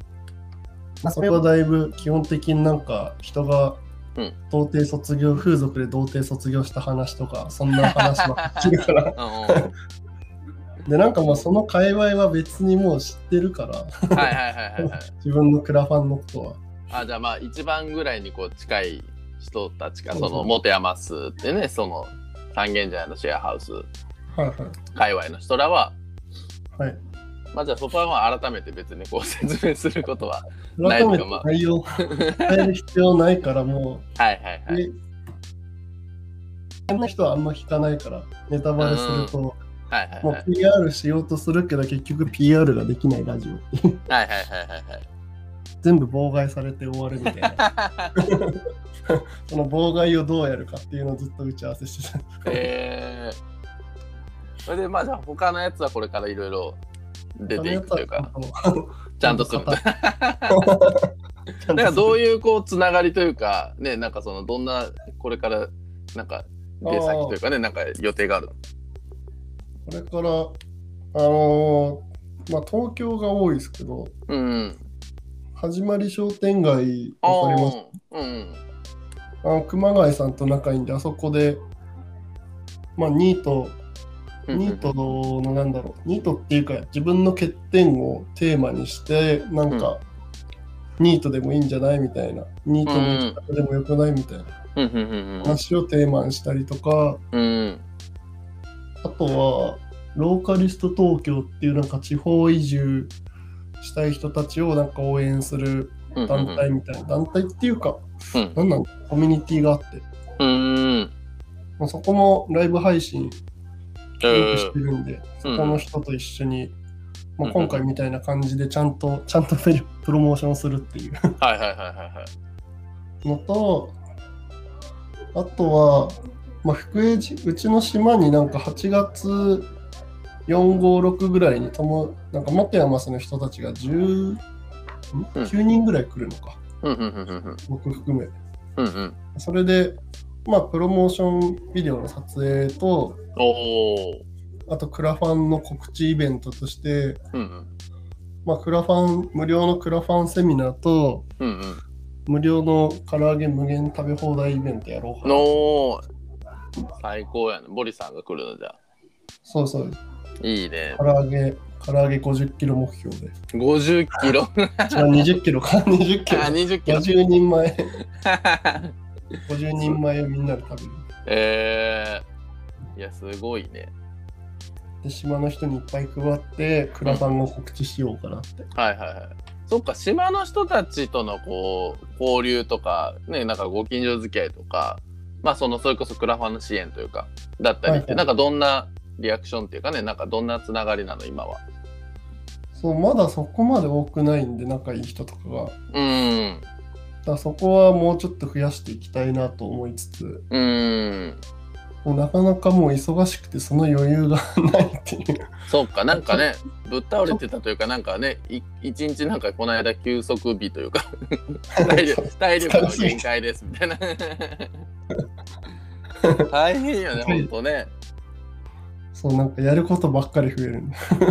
Speaker 1: そこはだいぶ基本的になんか人が
Speaker 2: うん
Speaker 1: 童貞卒業、風俗で童貞卒業した話とか、そんな話も聞る から。
Speaker 2: うんうん
Speaker 1: で、なんかまあその界隈は別にもう知ってるから、
Speaker 2: はいはいはいはいはい。
Speaker 1: 自分のクラファンのことは。
Speaker 2: あじゃあまあ一番ぐらいにこう近い人たちが
Speaker 1: そう
Speaker 2: そ
Speaker 1: そう
Speaker 2: の持て余すってねその三軒茶屋のシェアハウス
Speaker 1: はいは
Speaker 2: 界隈の人らは、
Speaker 1: い。はい
Speaker 2: まあ、じゃあそこはまあ改めて別にこう説明することはな
Speaker 1: 改
Speaker 2: いと
Speaker 1: め
Speaker 2: か
Speaker 1: て
Speaker 2: まあ
Speaker 1: 内容を変える必要ないからも、
Speaker 2: はいはいう はい。
Speaker 1: でこんな人はあんま聞かないからネタバレすると、
Speaker 2: はいはい
Speaker 1: も
Speaker 2: はいは
Speaker 1: う PR しようとするけど結局 PR ができないラジオ
Speaker 2: いはいはいはい
Speaker 1: 全部妨害されて終わるみたい な
Speaker 2: はい。
Speaker 1: その妨害をどうやるかっていうのをずっと打ち合わせしてた
Speaker 2: えー、それでまあじゃあ他のやつはこれからいろいろ出ていくというか
Speaker 1: そのやつは
Speaker 2: ちゃんとするんだ。
Speaker 1: ちゃんと
Speaker 2: なんかどう
Speaker 1: いう
Speaker 2: いうこうつながりというかねなんかそのどんなこれからなんか出先というかねなんか予定があるの
Speaker 1: これからあのーまあ東京が多いですけど
Speaker 2: うん
Speaker 1: 始まり商店街
Speaker 2: あ
Speaker 1: わかります
Speaker 2: ーうん
Speaker 1: あの熊谷さんと仲いいんであそこでまあニート
Speaker 2: うん
Speaker 1: ニートのなんだろう、ニートっていうか自分の欠点をテーマにして、なんか、ニートでもいいんじゃないみたいな、ニートの生き方でもよくないみたいな
Speaker 2: うんうんうん
Speaker 1: 話をテーマにしたりとか、
Speaker 2: うんうん
Speaker 1: あとは、ローカリスト東京っていうなんか地方移住したい人たちをなんか応援する
Speaker 2: うん
Speaker 1: 団体みたいな、団体っていうか、
Speaker 2: うん
Speaker 1: なんなんコミュニティがあって、
Speaker 2: うん
Speaker 1: まあそこもライブ配信
Speaker 2: え
Speaker 1: よく
Speaker 2: ー
Speaker 1: してるんで、そ
Speaker 2: うん
Speaker 1: この人と一緒に、ま
Speaker 2: う
Speaker 1: あ、
Speaker 2: ん
Speaker 1: 今回みたいな感じでちゃんと、ちゃんとプロプロモーションするっていう
Speaker 2: はいはいはいはいはい
Speaker 1: のと、あとは、まあ、福江じうちの島になんか8月456ぐらいにとも、なんか元山さんの人たちが10ん9人ぐらい来るのか、
Speaker 2: うんうんうんうん
Speaker 1: 僕含め。
Speaker 2: うんうん
Speaker 1: それで、まあ、プロモーションビデオの撮影と、
Speaker 2: おー
Speaker 1: あとクラファンの告知イベントとして、
Speaker 2: うんうん
Speaker 1: まあ、クラファン、無料のクラファンセミナーと、
Speaker 2: うんうん
Speaker 1: 無料の唐揚げ無限食べ放題イベントやろうかな。
Speaker 2: の最高やねボリさんが来るのじゃ
Speaker 1: そうそうです。
Speaker 2: いいね
Speaker 1: 唐揚げ、唐揚げ50キロ目標で。
Speaker 2: 50キロ
Speaker 1: じゃあ20キロか、20キロ。
Speaker 2: あ20キロ
Speaker 1: 50人前、50人前をみんなで食べる。
Speaker 2: えー、いやすごいね
Speaker 1: で、島の人にいっぱい配って、クラファンを告知しようかなって。
Speaker 2: はいはいはい。そっか島の人たちとのこう交流とかねなんかご近所付き合いとかまあそのそれこそクラファンの支援というかだった
Speaker 1: は
Speaker 2: りって、
Speaker 1: いはい
Speaker 2: なんかどんなリアクションっていうかねなんかどんなつながりなの今は。
Speaker 1: そう、まだそこまで多くないんで、仲いい人とかが。だ
Speaker 2: うん
Speaker 1: からそこはもうちょっと増やしていきたいなと思いつつ、
Speaker 2: うん
Speaker 1: もうなかなかもう忙しくてその余裕がないっていう。
Speaker 2: そうかなんかねぶっ倒れてたというかなんかねい一日なんかこの間休息日というか体 力体力の限界ですみたいな 大変よねほんとね
Speaker 1: そうなんかやることばっかり増えるんで
Speaker 2: うん確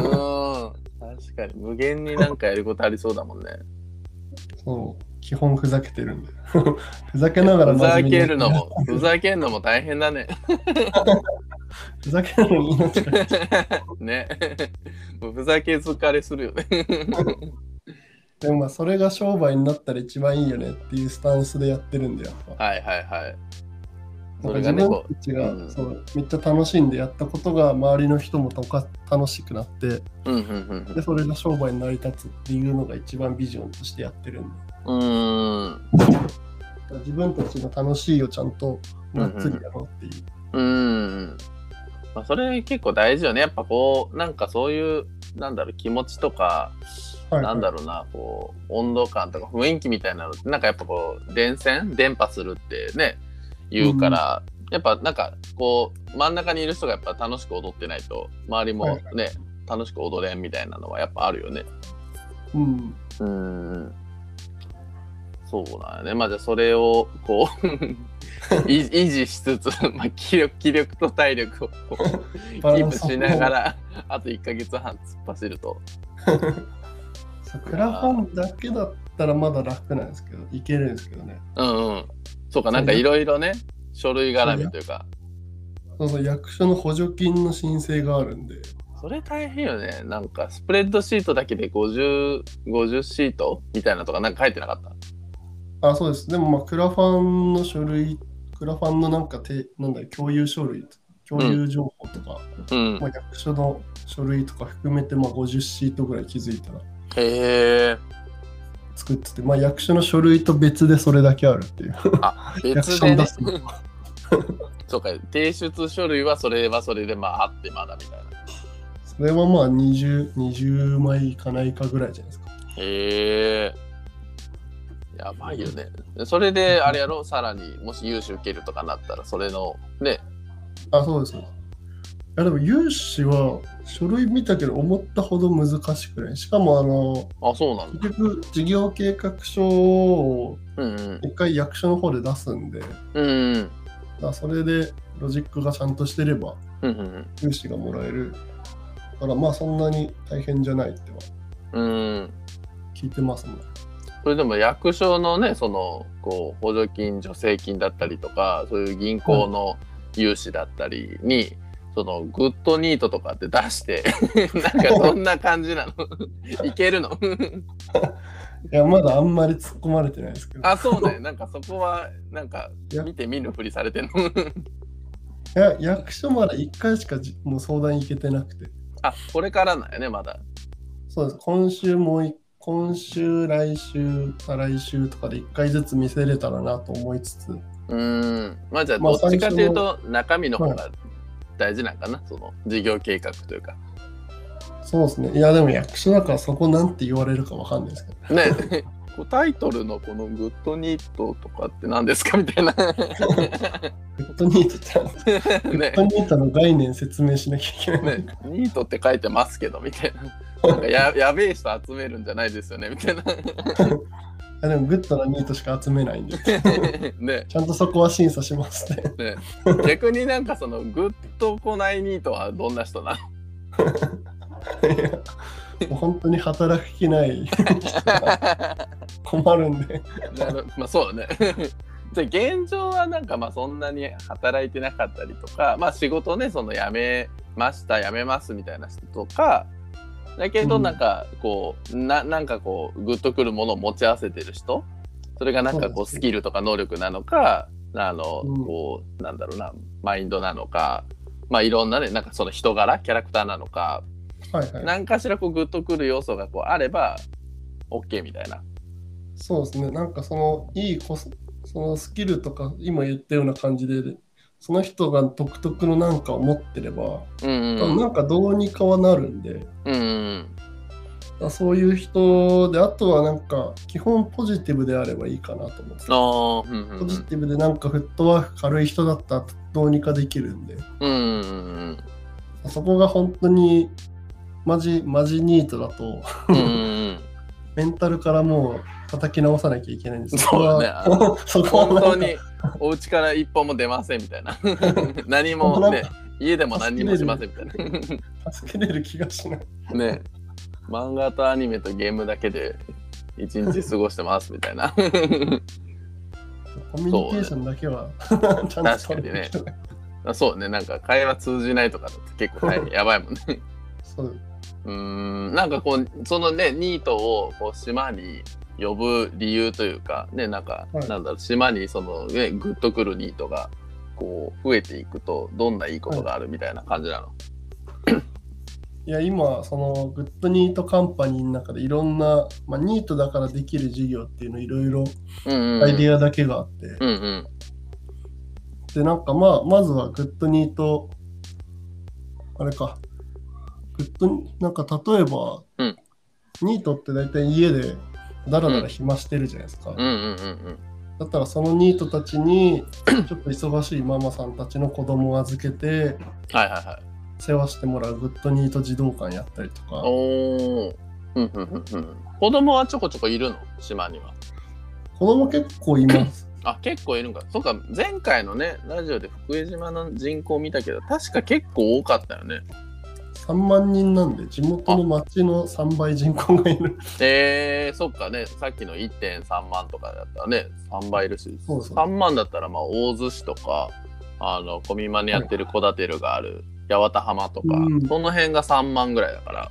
Speaker 2: かに無限になんかやることありそうだもんね
Speaker 1: そう基本ふざけてるんで ふざけながら
Speaker 2: ふざけるの
Speaker 1: も
Speaker 2: もふざけるのも大変だね
Speaker 1: ふざけるのに命が
Speaker 2: ねもうふざけ疲れするよね
Speaker 1: でもまあそれが商売になったら一番いいよねっていうスタンスでやってるんでやっぱ
Speaker 2: はいはいはいそ
Speaker 1: なん
Speaker 2: れ
Speaker 1: か自
Speaker 2: がねこ
Speaker 1: 分たちが、
Speaker 2: うん
Speaker 1: そうめっちゃ楽しんでやったことが周りの人もとか楽しくなって
Speaker 2: ううんうん
Speaker 1: でそれが商売に成り立つっていうのが一番ビジョンとしてやってるんで
Speaker 2: うんうーん
Speaker 1: だから自分たちの楽しいをちゃんとがっつりやろうっていう、
Speaker 2: うん、まあ、それ結構大事よねやっぱこうなんかそういうなんだろう気持ちとか、
Speaker 1: はい
Speaker 2: なんだろうなこう温度感とか雰囲気みたいなのってなんかやっぱこう電線電波するってね言うから、やっぱなんかこう真ん中にいる人がやっぱ楽しく踊ってないと周りもね、楽しく踊れんみたいなのはやっぱあるよね。
Speaker 1: うん
Speaker 2: うんそうだよね。まあじゃあそれをこ うい維持しつつ、 まあ、気力気力と体力をこうキ
Speaker 1: バラ
Speaker 2: ー
Speaker 1: ン
Speaker 2: プ
Speaker 1: スを
Speaker 2: しながらあと1か月半突っ走ると。
Speaker 1: そうクラファンだけだったらまだ楽なんですけどいけるんですけどね
Speaker 2: うんうん。そうかなんかいろいろね書類絡みというか
Speaker 1: そうそう役所の補助金の申請があるんで
Speaker 2: それ大変よね。なんかスプレッドシートだけで5050シートみたいなのとかなんか書いてなかった。
Speaker 1: あ、そうです。でも、まあ、クラファンの書類、クラファンのなんかて、なんだろう共有書類、共有情報とか、
Speaker 2: うん
Speaker 1: ま、あ、役所の書類とか含めて、まあ、50シートぐらい気づいたら
Speaker 2: へえ
Speaker 1: 作ってて、まあ、役所の書類と別でそれだけあるっていう。役
Speaker 2: 別
Speaker 1: 所
Speaker 2: で、
Speaker 1: に
Speaker 2: ね
Speaker 1: 出、すの。
Speaker 2: そうか提出書類はそれはそれでまああってまだみたいな。
Speaker 1: それはまあ20、20枚いかないかぐらいじゃないですか。
Speaker 2: へえ。やばいよね。それで、あれやろ、さらに、もし融資受けるとかなったら、それの、ね、
Speaker 1: あ、そうです。そうですいやでも融資は書類見たけど思ったほど難しくない。しかもあの
Speaker 2: あ、そうなんだ。
Speaker 1: 結局事業計画書を
Speaker 2: うんうん。
Speaker 1: 一回役所の方で出すんで、
Speaker 2: うんう
Speaker 1: だ
Speaker 2: ん。
Speaker 1: からそれでロジックがちゃんとしてれば
Speaker 2: うん
Speaker 1: 融資がもらえるだからまあそんなに大変じゃないっては
Speaker 2: うん。うん。
Speaker 1: 聞いてますね
Speaker 2: それでも、役所のね、その、こう、補助金、助成金だったりとか、そういう銀行の融資だったりに、その、グッドニートとかって出して、 なんか、どんな感じな のいけるの
Speaker 1: いやまだあんまり突っ込まれてないですけど
Speaker 2: あ、そうね。 なんか、そこは、なんか、見て見ぬふりされてんの
Speaker 1: いや役所まだ1回しかじもう相談行けてなくて
Speaker 2: あ、これからなんやね、まだ。
Speaker 1: そうです今週もい今週来週再来週とかで1回ずつ見せれたらなと思いつつ
Speaker 2: うーん。まあじゃあ、
Speaker 1: ま
Speaker 2: ど
Speaker 1: あ
Speaker 2: っちかというと、中身の方が大事なんかな、その事業計画というか。
Speaker 1: そうですねいやでも役所だからそこなんて言われるかわかんないですけど
Speaker 2: ね。 こうタイトルのこのグッドニットとかって何ですかみたいな。
Speaker 1: グッドニートってなんだグ
Speaker 2: ね
Speaker 1: ッ。ドニートの概念説明しなきゃいけない、
Speaker 2: ね、ニートって書いてますけどみたいな。なんかややべえ人集めるんじゃないですよねみたいな。
Speaker 1: いやでもグッドなニートしか集めないんで
Speaker 2: ね
Speaker 1: ちゃんとそこは審査しますね。
Speaker 2: ね。逆になんかそのグッとこないニートはどんな人なの
Speaker 1: もう本当に働く気ない人が困るんで。
Speaker 2: なるまあそうだね。 じゃあ現状はなんかまあそんなに働いてなかったりとか、まあ仕事ね、その辞めました、辞めますみたいな人とか、だけど
Speaker 1: うん
Speaker 2: なんかこう、ななんかこう、グッとくるものを持ち合わせてる人、それがなんかこ
Speaker 1: そ
Speaker 2: う
Speaker 1: うです
Speaker 2: スキルとか能力なのか、あの、
Speaker 1: うん
Speaker 2: こう、なんだろうな、マインドなのか、まあいろんなね、なんかその人柄、キャラクターなのか、
Speaker 1: はいはい。
Speaker 2: 何かしらこうグッとくる要素がこうあれば、OK みたいな。
Speaker 1: そうですね。なんかそのいいこそそのスキルとか今言ったような感じで、その人が独特のなんかを持ってれば、
Speaker 2: うんうんうん。
Speaker 1: なんかどうにかはなるんで、
Speaker 2: うんうん
Speaker 1: そういう人で、あとはなんか基本ポジティブであればいいかなと思って。
Speaker 2: ああ、うんうんう
Speaker 1: ポジ
Speaker 2: ん。
Speaker 1: ティブでなんかフットワーク軽い人だったらどうにかできるんで、
Speaker 2: うんうんうん
Speaker 1: そこが本当にマジ、マジニートだと、
Speaker 2: うんうん うん
Speaker 1: メンタルからもう叩き直さなきゃいけないんです
Speaker 2: そうだねあの
Speaker 1: ね。そこは
Speaker 2: 本
Speaker 1: なんか
Speaker 2: 当にお家から一歩も出ません みたいな何もね家でも何もしませんみたいな
Speaker 1: 助けれる気がしない。
Speaker 2: ね漫画とアニメとゲームだけで一日過ごしてますみたいな
Speaker 1: コミュニケーションだけは、 ちゃんと取れてきてない
Speaker 2: そうねなんか会話通じないとかだって結構大 変やばいもんね
Speaker 1: そう
Speaker 2: うーんなんかこうそのねニートをこう島に呼ぶ理由というかねなんか、
Speaker 1: はい
Speaker 2: なんだろう島にそのねグッとくるニートがこう増えていくとどんないいことがあるみたいな感じなの、
Speaker 1: いや今そのグッドニートカンパニーの中でいろんな、まあ、ニートだからできる事業っていうのいろいろ
Speaker 2: うんうんうん
Speaker 1: アイデアだけがあって、
Speaker 2: うんうん
Speaker 1: でなんかまあまずはグッドニートあれかグッドなんか例えば、
Speaker 2: うん
Speaker 1: ニートって大体家でダラダラ暇してるじゃないですか、
Speaker 2: うんうんうん
Speaker 1: だったらそのニートたちにちょっと忙しいママさんたちの子供を預けて
Speaker 2: はいはいはい
Speaker 1: 世話してもらうグッドニート児童館やったりとか
Speaker 2: おーうんうんうんうん子供はちょこちょこいるの島には
Speaker 1: 子供結構い ます
Speaker 2: あ結構いるんかそうか前回のねラジオで福江島の人口見たけど確か結構多かったよね
Speaker 1: 3万人なんで地元の町の3倍人口がいる
Speaker 2: えー、そっかねさっきの1.3万とかだったらね3倍いるし
Speaker 1: そうそう
Speaker 2: 3万だったらまあ大洲市とかあの小見間にやってる小建てるがある八幡浜とか、
Speaker 1: うん
Speaker 2: その辺が3万ぐらいだから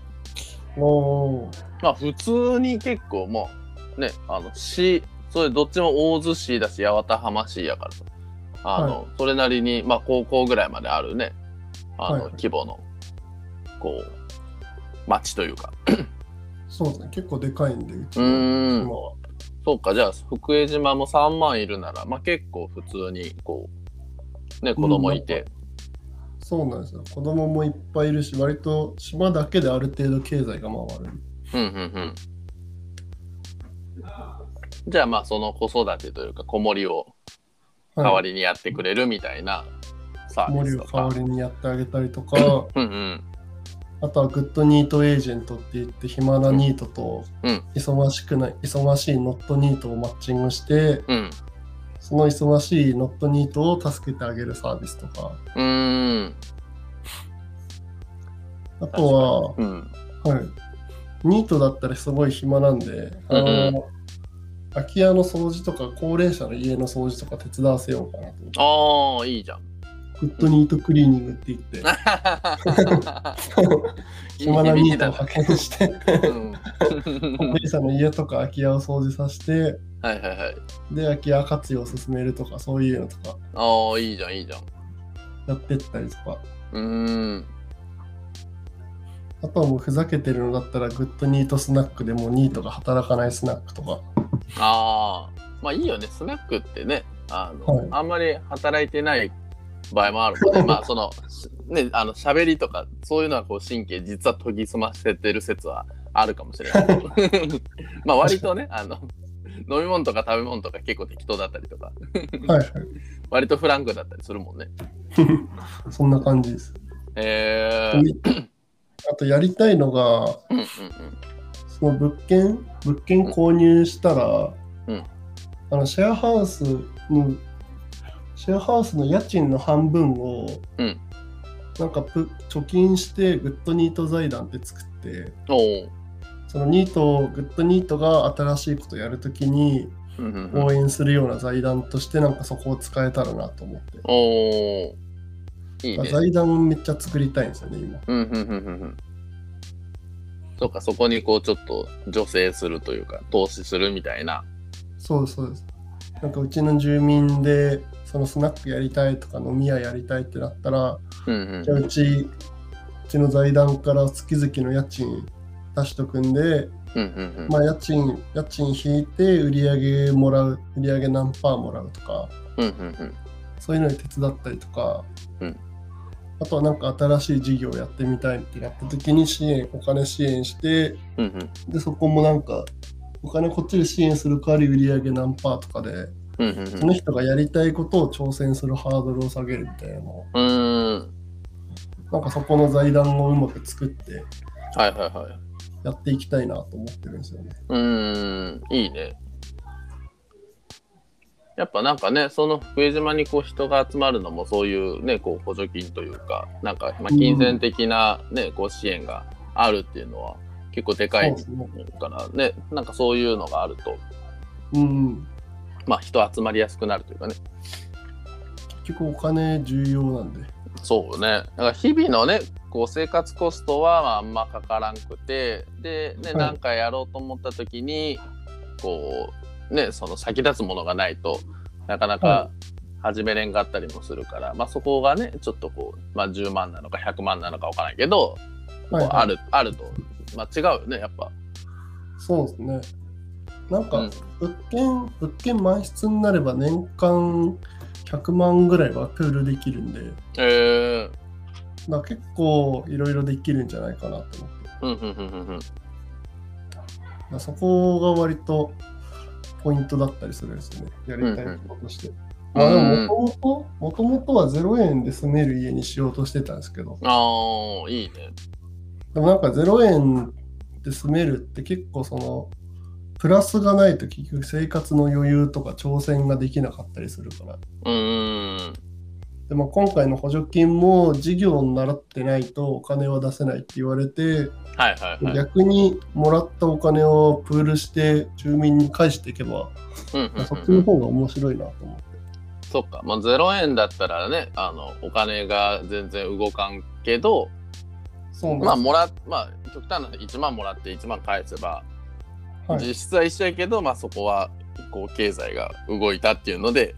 Speaker 1: おー
Speaker 2: まあ普通に結構もうねあの市それどっちも大洲市だし八幡浜市やからあの、それなりにまあ高校ぐらいまであるねあの、
Speaker 1: はい
Speaker 2: 規模のこう町というか
Speaker 1: そうですね結構でかいんでうち
Speaker 2: う
Speaker 1: の
Speaker 2: ーん
Speaker 1: 今は
Speaker 2: そうかじゃあ福江島も3万いるならまあ結構普通にこうね子供いて、
Speaker 1: そうなんですよ子供もいっぱいいるし割と島だけである程度経済が回る
Speaker 2: うんうんうんじゃあまあその子育てというか子守を代わ
Speaker 1: り
Speaker 2: りにやってくれるみたいなサービ
Speaker 1: 森
Speaker 2: ス
Speaker 1: を
Speaker 2: と
Speaker 1: 代
Speaker 2: か、
Speaker 1: わりにやってあげたりとか
Speaker 2: うんうん
Speaker 1: あとはグッドニートエージェントって言って暇なニートと
Speaker 2: うん
Speaker 1: 忙しくない忙しいノットニートをマッチングして
Speaker 2: うん
Speaker 1: その忙しいノットニートを助けてあげるサービスとか
Speaker 2: うーん
Speaker 1: あとは
Speaker 2: うん
Speaker 1: はい。ニートだったらすごい暇なんで、あの、
Speaker 2: うん
Speaker 1: 空き家の掃除とか高齢者の家の掃除とか手伝わせようかなと。
Speaker 2: ああいいじゃん
Speaker 1: グッドニートクリーニングって言 って、暇なニートを派遣して、
Speaker 2: うん、
Speaker 1: 高齢者の家とか空き家を掃除させて、
Speaker 2: はいはいはい
Speaker 1: で、空き家活用を進めるとか、そういうのとか
Speaker 2: ああいいじゃんいいじゃん
Speaker 1: やってったりとか、
Speaker 2: うーん
Speaker 1: あとはもうふざけてるのだったら、グッドニートスナックでもうニートが働かないスナックとか、
Speaker 2: ああまあいいよねスナックってねあの、
Speaker 1: はい
Speaker 2: あんまり働いてない場合もあるもんね まあそのねあの喋りとかそういうのはこう神経実は研ぎ澄ませてる説はあるかもしれないけ どまあ割とねあの飲み物とか食べ物とか結構適当だったりとか
Speaker 1: はいはい、
Speaker 2: 割とフランクだったりするもんね
Speaker 1: そんな感じです。
Speaker 2: えー、
Speaker 1: であとやりたいのが、
Speaker 2: うんうん
Speaker 1: その物件物件購入したら、
Speaker 2: うん
Speaker 1: あのシェアハウスのシェアハウスの家賃の半分を、
Speaker 2: うん
Speaker 1: なんかプ貯金してグッドニート財団って作って
Speaker 2: うんおー
Speaker 1: そのニートをグッドニートが新しいことやるときに
Speaker 2: うんうんうん
Speaker 1: 応援するような財団としてなんかそこを使えたらなと思って、
Speaker 2: おーいいね
Speaker 1: 財団をめっちゃ作りたいんですよね今
Speaker 2: うんうんうんうんうん。そうか、そこにこうちょっと助成するというか、投資するみたいな。
Speaker 1: そうですそうですなんかうちの住民でそのスナックやりたいとか飲み屋やりたいってなったら
Speaker 2: うん
Speaker 1: じゃあうち、うちの財団から月々の家賃出しとくんで、
Speaker 2: うん。うんうん
Speaker 1: まあ、家賃、家賃引いて売り上げもらう、売り上げ何パーもらうとか、
Speaker 2: うん。うんうんうん。
Speaker 1: そういうのに手伝ったりとか、
Speaker 2: うん
Speaker 1: あとはなんか新しい事業をやってみたいってなった時に支援、お金支援して、
Speaker 2: うんうん。
Speaker 1: で、そこもなんか、お金こっちで支援する代わり売り上げ何パーとかで
Speaker 2: うんうん
Speaker 1: その人がやりたいことを挑戦するハードルを下げるみたいなのを
Speaker 2: うん。うーん。
Speaker 1: なんかそこの財団をうまく作って
Speaker 2: はいはいはい。
Speaker 1: やっていきたいなと思ってるんですよね。
Speaker 2: うーん。いいね。やっぱなんかね、その福江島にこう人が集まるのもそういうね、こう補助金というか、なんかまあ金銭的なね、ご支援があるっていうのは結構でか
Speaker 1: そう
Speaker 2: い
Speaker 1: ですね。
Speaker 2: からね、なんかそういうのがあると、
Speaker 1: うん。
Speaker 2: まあ人集まりやすくなるというかね。
Speaker 1: 結局お金重要なんで。
Speaker 2: そうね。だから日々のね、こう生活コストはまああんまかからんくて、で、ね、
Speaker 1: はい
Speaker 2: なんかやろうと思った時に、こう、ね、その先立つものがないとなかなか
Speaker 1: は
Speaker 2: 始めれんかったりもするから、まあそこがね、ちょっとこう、まあ10万なのか100万なのかわからんけど、
Speaker 1: はい
Speaker 2: こうある、あると、まあ違うよね、やっぱ。
Speaker 1: そうですね。なんか、
Speaker 2: うん
Speaker 1: 物件、物件満室になれば年間100万ぐらいはプールできるんで、
Speaker 2: えー、
Speaker 1: だから結構いろいろできるんじゃないかなと思って。
Speaker 2: うんうんうんうんう
Speaker 1: だ
Speaker 2: ん。
Speaker 1: からそこが割とポイントだったりするんですよね。やりたいこととして。まあ
Speaker 2: うん
Speaker 1: でももともと、もともとは0円で住める家にしようとしてたんですけど、
Speaker 2: ああ、いいね。
Speaker 1: でもなんか0円で住めるって結構その、プラスがないと結局生活の余裕とか挑戦ができなかったりするから。
Speaker 2: うーん。
Speaker 1: でまあ、今回の補助金も事業に習ってないとお金は出せないって言われて、
Speaker 2: はいはいはい。
Speaker 1: 逆にもらったお金をプールして住民に返していけば、
Speaker 2: うんうんうんうん
Speaker 1: そっちの方が面白いなと思って。
Speaker 2: そっか、まあ、0円だったらねあのお金が全然動かんけど
Speaker 1: そうなんです
Speaker 2: まあもらまあ極端な1万もらって1万返せば、
Speaker 1: はい
Speaker 2: 実質は一緒やけど、まあ、そこはこう経済が動いたっていうので、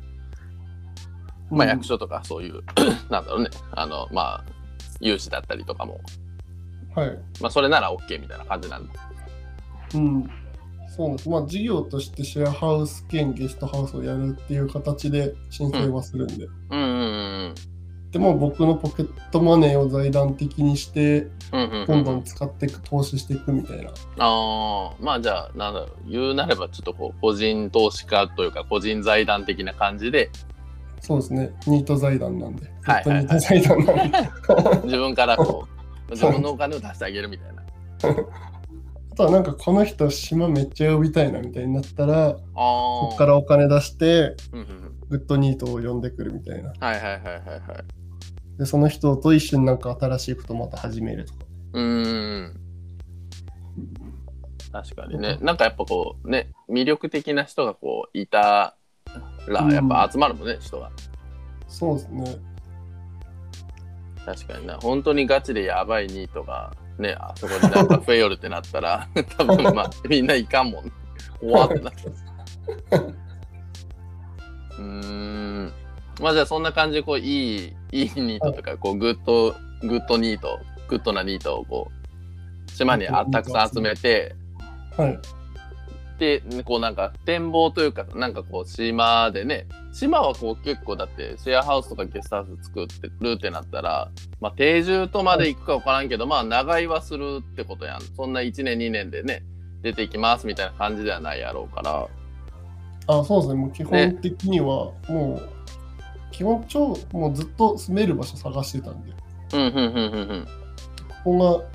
Speaker 2: まあ、役所とかそういう なんだろうねあのまあ融資だったりとかも、
Speaker 1: うんはい。
Speaker 2: まあ、それなら OK みたいな感じなんだ
Speaker 1: うん。そうなんです。まあ事業としてシェアハウス兼ゲストハウスをやるっていう形で申請はするんで。
Speaker 2: うんうん
Speaker 1: でも僕のポケットマネーを財団的にして、
Speaker 2: うんうんうんう
Speaker 1: どん
Speaker 2: ん
Speaker 1: どん使っていく、投資していくみたいな。
Speaker 2: あーまあじゃあなんだろう言うなればちょっとこう個人投資家というか個人財団的な感じで
Speaker 1: そうですね。ニート財団なんで。ず
Speaker 2: は
Speaker 1: っ
Speaker 2: い
Speaker 1: と
Speaker 2: はいはい
Speaker 1: ニート財団なんで。
Speaker 2: 自分からこう自分のお金を出してあげるみたいな。
Speaker 1: あとはなんかこの人島めっちゃ呼びたいなみたいになったら、
Speaker 2: あー
Speaker 1: こっからお金出して、
Speaker 2: うんうん
Speaker 1: グッドニートを呼んでくるみたいな。
Speaker 2: はいはいはいはいはい。
Speaker 1: で、その人と一緒になんか新しいことまた始めるとか。
Speaker 2: うーん。確かにね。なんかやっぱこうね、魅力的な人がこういたら、やっぱ集まるもんね、人が。
Speaker 1: そうですね。
Speaker 2: 確かにな。本当にガチでやばいニートが、ね、あそこになんか増えよるってなったら、 多分まあみんないかんもんね。怖ってなって。うーん。まあじゃあそんな感じでこういいいいニートとかこうグッドグッドニートグッドなニートをこう島にあたくさん集めて
Speaker 1: はい。
Speaker 2: でこうなんか展望というかなんかこう島でね島はこう結構だってシェアハウスとかゲストハウス作ってるってなったら、まあ、定住とまで行くか分からんけど、まあ長居はするってことやんそんな1年2年でね出てきますみたいな感じではないやろうから。
Speaker 1: あ、そうですね。もう基本的には、もう、基本超、もうずっと住める場所探してたんで、
Speaker 2: うんうんうんうんうん
Speaker 1: ここ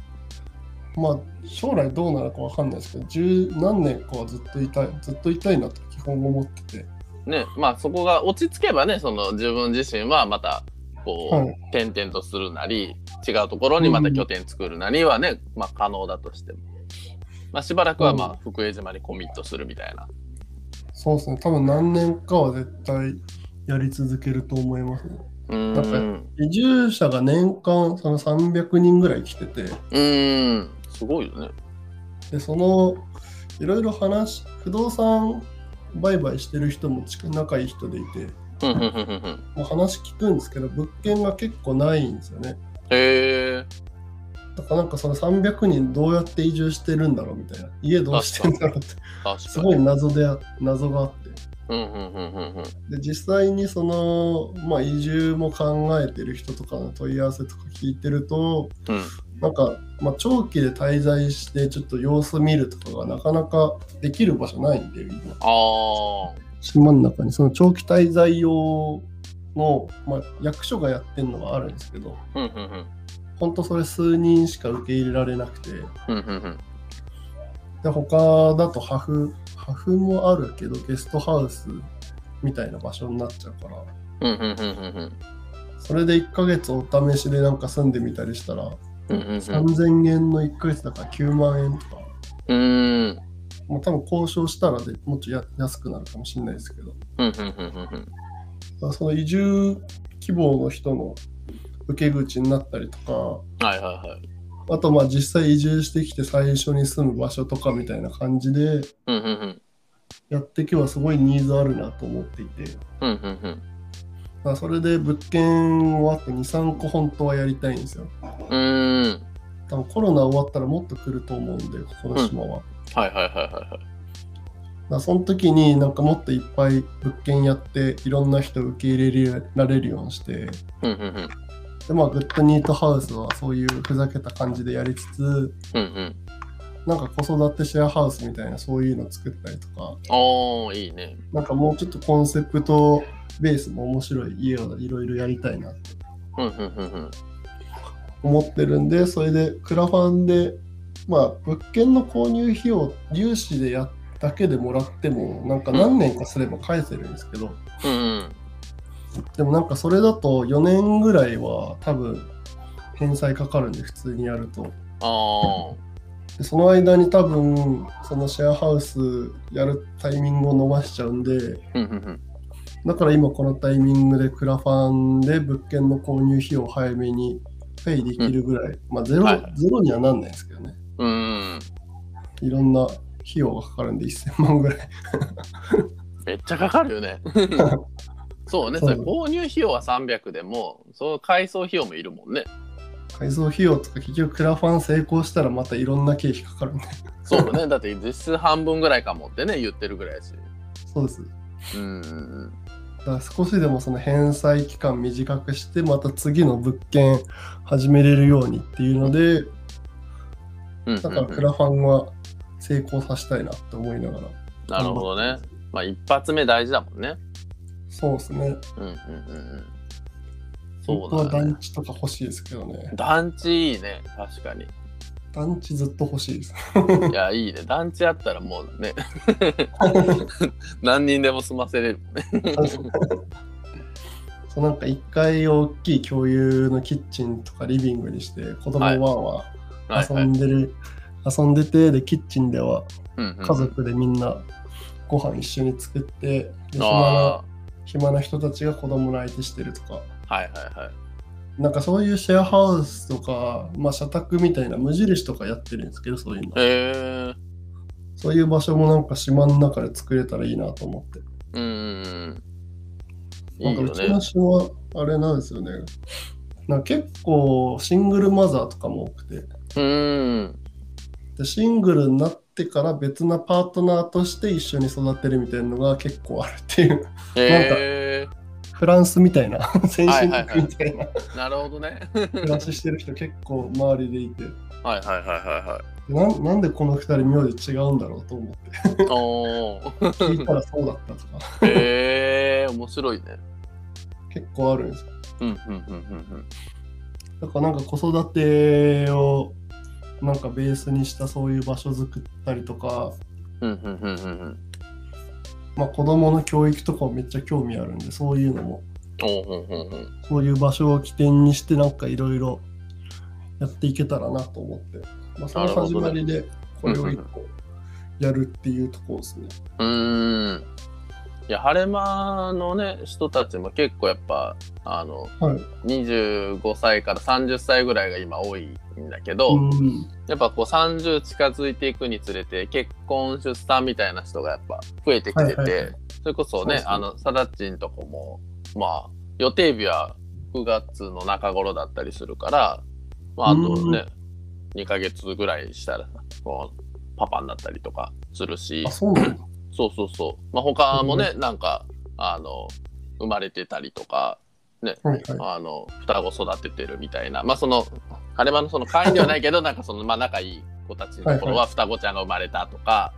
Speaker 1: が、まあ、将来どうなるかわかんないですけど、十何年かはずっといたい、ずっといたいなと基本思ってて、
Speaker 2: ねまあそこが落ち着けばねその自分自身はまたこう、
Speaker 1: はい
Speaker 2: 転々とするなり違うところにまた拠点作るなりはね、まあ可能だとしても、まあ、しばらくはまあ福江島にコミットするみたいな
Speaker 1: そうですね。多分何年かは絶対やり続けると思います、ね。
Speaker 2: うー
Speaker 1: なんか
Speaker 2: ん
Speaker 1: 移住者が年間その300人ぐらい来てて、
Speaker 2: うーんすごいよね
Speaker 1: で、その、いろいろ話、不動産売買してる人も近い仲いい人でいて、
Speaker 2: うんうんうんうんうん
Speaker 1: もう話聞くんですけど物件が結構ないんですよね
Speaker 2: へえ
Speaker 1: だからなんかその300人どうやって移住してるんだろうみたいな家どうしてんだろうって
Speaker 2: 確
Speaker 1: す
Speaker 2: か
Speaker 1: ご
Speaker 2: に
Speaker 1: い謎であ謎があって
Speaker 2: うんうんうんうんうん
Speaker 1: で実際にその、まあ、移住も考えてる人とかの問い合わせとか聞いてると
Speaker 2: うん
Speaker 1: なんか、まあ、長期で滞在してちょっと様子見るとかがなかなかできる場所ないんで今
Speaker 2: あ
Speaker 1: 島の中にその長期滞在用の、まあ、役所がやってるのがあるんですけど、
Speaker 2: うんうんうん
Speaker 1: ほんとそれ数人しか受け入れられなくて、
Speaker 2: うんうんうん
Speaker 1: で他だとハフ、ハフもあるけど、ゲストハウスみたいな場所になっちゃうから、
Speaker 2: うんうんうんうん
Speaker 1: それで1ヶ月お試しでなんか住んでみたりしたら、
Speaker 2: うんうんうん
Speaker 1: 3000円の1ヶ月だから9万円とか、
Speaker 2: うーん
Speaker 1: もう多分交渉したらでもっとや安くなるかもしれないですけど、
Speaker 2: うんうんうんうんうん
Speaker 1: だからその移住希望の人の受け口になったりとか、
Speaker 2: はいはいはい
Speaker 1: あとまあ実際移住してきて最初に住む場所とかみたいな感じで
Speaker 2: うんうんうん
Speaker 1: やっていけばすごいニーズあるなと思っていて、
Speaker 2: うんうんうん
Speaker 1: まあ、それで物件をあと23個本当はやりたいんですよ
Speaker 2: うーん
Speaker 1: 多分コロナ終わったらもっと来ると思うんでここの島は、だか
Speaker 2: はいはいはいはいはい
Speaker 1: らその時になんかもっといっぱい物件やっていろんな人受け入れられるようにして
Speaker 2: うんうんうん
Speaker 1: でまあグッドニートハウスはそういうふざけた感じでやりつつ
Speaker 2: うんうん
Speaker 1: なんか子育てシェアハウスみたいなそういうの作ったりとか
Speaker 2: おーいいね
Speaker 1: なんかもうちょっとコンセプトベースも面白い家をいろいろやりたいなって
Speaker 2: うんうんうんうん
Speaker 1: 思ってるんで、それでクラファンで、まあ、物件の購入費用、融資でやっだけでもらっても、なんか何年かすれば返せるんですけど、
Speaker 2: うんうん
Speaker 1: でもなんかそれだと4年ぐらいは多分返済かかるんで、普通にやると。
Speaker 2: あー
Speaker 1: でその間に多分、そのシェアハウスやるタイミングを逃しちゃうんで、
Speaker 2: うんうんうん
Speaker 1: だから今このタイミングでクラファンで物件の購入費用を早めにペイできるぐらい、まあゼロ,、
Speaker 2: はいはい
Speaker 1: ゼロにはなんないですけどね、
Speaker 2: うーん
Speaker 1: いろんな費用がかかるんで1000万ぐらい。
Speaker 2: めっちゃかかるよねそうねそれ購入費用は300でもその改装費用もいるもんね
Speaker 1: 改造費用とか結局クラファン成功したらまたいろんな経費かかるんで。
Speaker 2: そうねだって実質半分ぐらいかもってね言ってるぐらいやし
Speaker 1: そうです。
Speaker 2: うんうん
Speaker 1: だから少しでもその返済期間短くしてまた次の物件始めれるようにっていうので、
Speaker 2: うんうん
Speaker 1: だから
Speaker 2: うん
Speaker 1: クラファンは成功させたいなって思いながら。
Speaker 2: なるほどね。まあ一発目大事だもんね。
Speaker 1: そうですね。
Speaker 2: うんうんうんうん。
Speaker 1: 本当
Speaker 2: そ
Speaker 1: は
Speaker 2: うだね
Speaker 1: 団。地とか欲しいですけどね。
Speaker 2: 団地いいね。確かに。
Speaker 1: 団地ずっと欲しいです。
Speaker 2: いや、いいね。団地あったら もうね。 何人でも済ませれるもんね。
Speaker 1: そうなんか一回大きい共有のキッチンとかリビングにして子供
Speaker 2: はい
Speaker 1: ワン
Speaker 2: は
Speaker 1: はい
Speaker 2: は
Speaker 1: 遊
Speaker 2: い
Speaker 1: ん。でる、遊んでてでキッチンでは
Speaker 2: うんうん
Speaker 1: 家族でみんなご飯一緒に作って、で暇な
Speaker 2: あ
Speaker 1: 暇な人たちが子供の相手してるとか
Speaker 2: あ。はいはいはい。
Speaker 1: なんかそういうシェアハウスとか、まあ、社宅みたいな無印とかやってるんですけどそういうの
Speaker 2: へえ。
Speaker 1: そういう場所もなんか島の中で作れたらいいなと思って
Speaker 2: うんうんうん。
Speaker 1: ないん
Speaker 2: い
Speaker 1: か
Speaker 2: よ
Speaker 1: うちの
Speaker 2: ね。
Speaker 1: 島、あれなんですよね。なんか結構シングルマザーとかも多くて
Speaker 2: うん。
Speaker 1: で、シングルになってから別なパートナーとして一緒に育てるみたいなのが結構あるっていう、
Speaker 2: へえ。
Speaker 1: フランスみたいな、先進国みたい な
Speaker 2: なるほどね。
Speaker 1: 暮らししてる人結構周りでいて、
Speaker 2: はいはいはいは
Speaker 1: ななんでこの2人名字違うんだろうと思って、
Speaker 2: いはい。おお。
Speaker 1: 聞いたらそうだったとか、
Speaker 2: へえ。面白いね。
Speaker 1: 結構あるんですよ
Speaker 2: うんうんうんうんうん。
Speaker 1: だからなんか子育てをなんかベースにしたそういう場所作ったりとか、
Speaker 2: うんうんうんうんうん。
Speaker 1: まあ、子供の教育とかもめっちゃ興味あるんでそういうのも
Speaker 2: おうほうほうほう
Speaker 1: そういう場所を起点にしてなんかいろいろやっていけたらなと思って、まあ、その始まりでこれを一個やるっていうところですね。
Speaker 2: うーんいや晴れ間のね人たちも結構やっぱあの
Speaker 1: はい、
Speaker 2: 25歳から30歳ぐらいが今多いんだけど、
Speaker 1: うん
Speaker 2: やっぱこう30近づいていくにつれて結婚出産みたいな人がやっぱ増えてきてて、
Speaker 1: はいはいはい
Speaker 2: それこそ
Speaker 1: そう
Speaker 2: ね
Speaker 1: そう
Speaker 2: あのさだちんとこもまあ予定日は9月の中頃だったりするから、まあ、あとね2ヶ月ぐらいしたらこうパパになったりとかするし
Speaker 1: あそうなんだ。
Speaker 2: そうそうそう。まあ、他もね、なんか、あの、生まれてたりとか、
Speaker 1: はいは
Speaker 2: あの、双子育ててるみたいな、まあ、その、あれはその会員ではない けど、なんかその、まあ、仲いい子たちの頃
Speaker 1: はい
Speaker 2: は双子ちゃんが生まれたとか、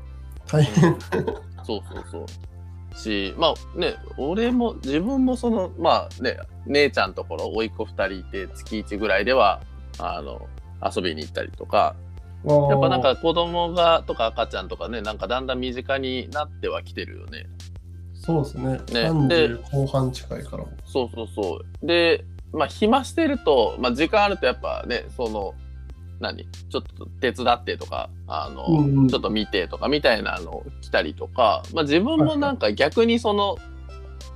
Speaker 1: い、大変。
Speaker 2: そうそうそう。しまあね俺も自分もそのまあね姉ちゃんところ甥っ子2人いて月1ぐらいではあの遊びに行ったりとかやっぱなんか子供がとか赤ちゃんとかねなんかだんだん身近になってはきてるよね。
Speaker 1: そうですね。
Speaker 2: で
Speaker 1: 30後半近いからも。
Speaker 2: そうそうそう。で、まあ、暇してると、まあ、時間あるとやっぱね、その、何ちょっと手伝ってとか、あの、
Speaker 1: うんうん
Speaker 2: ちょっと見てとかみたいなの来たりとか、まあ、自分もなんか逆にその、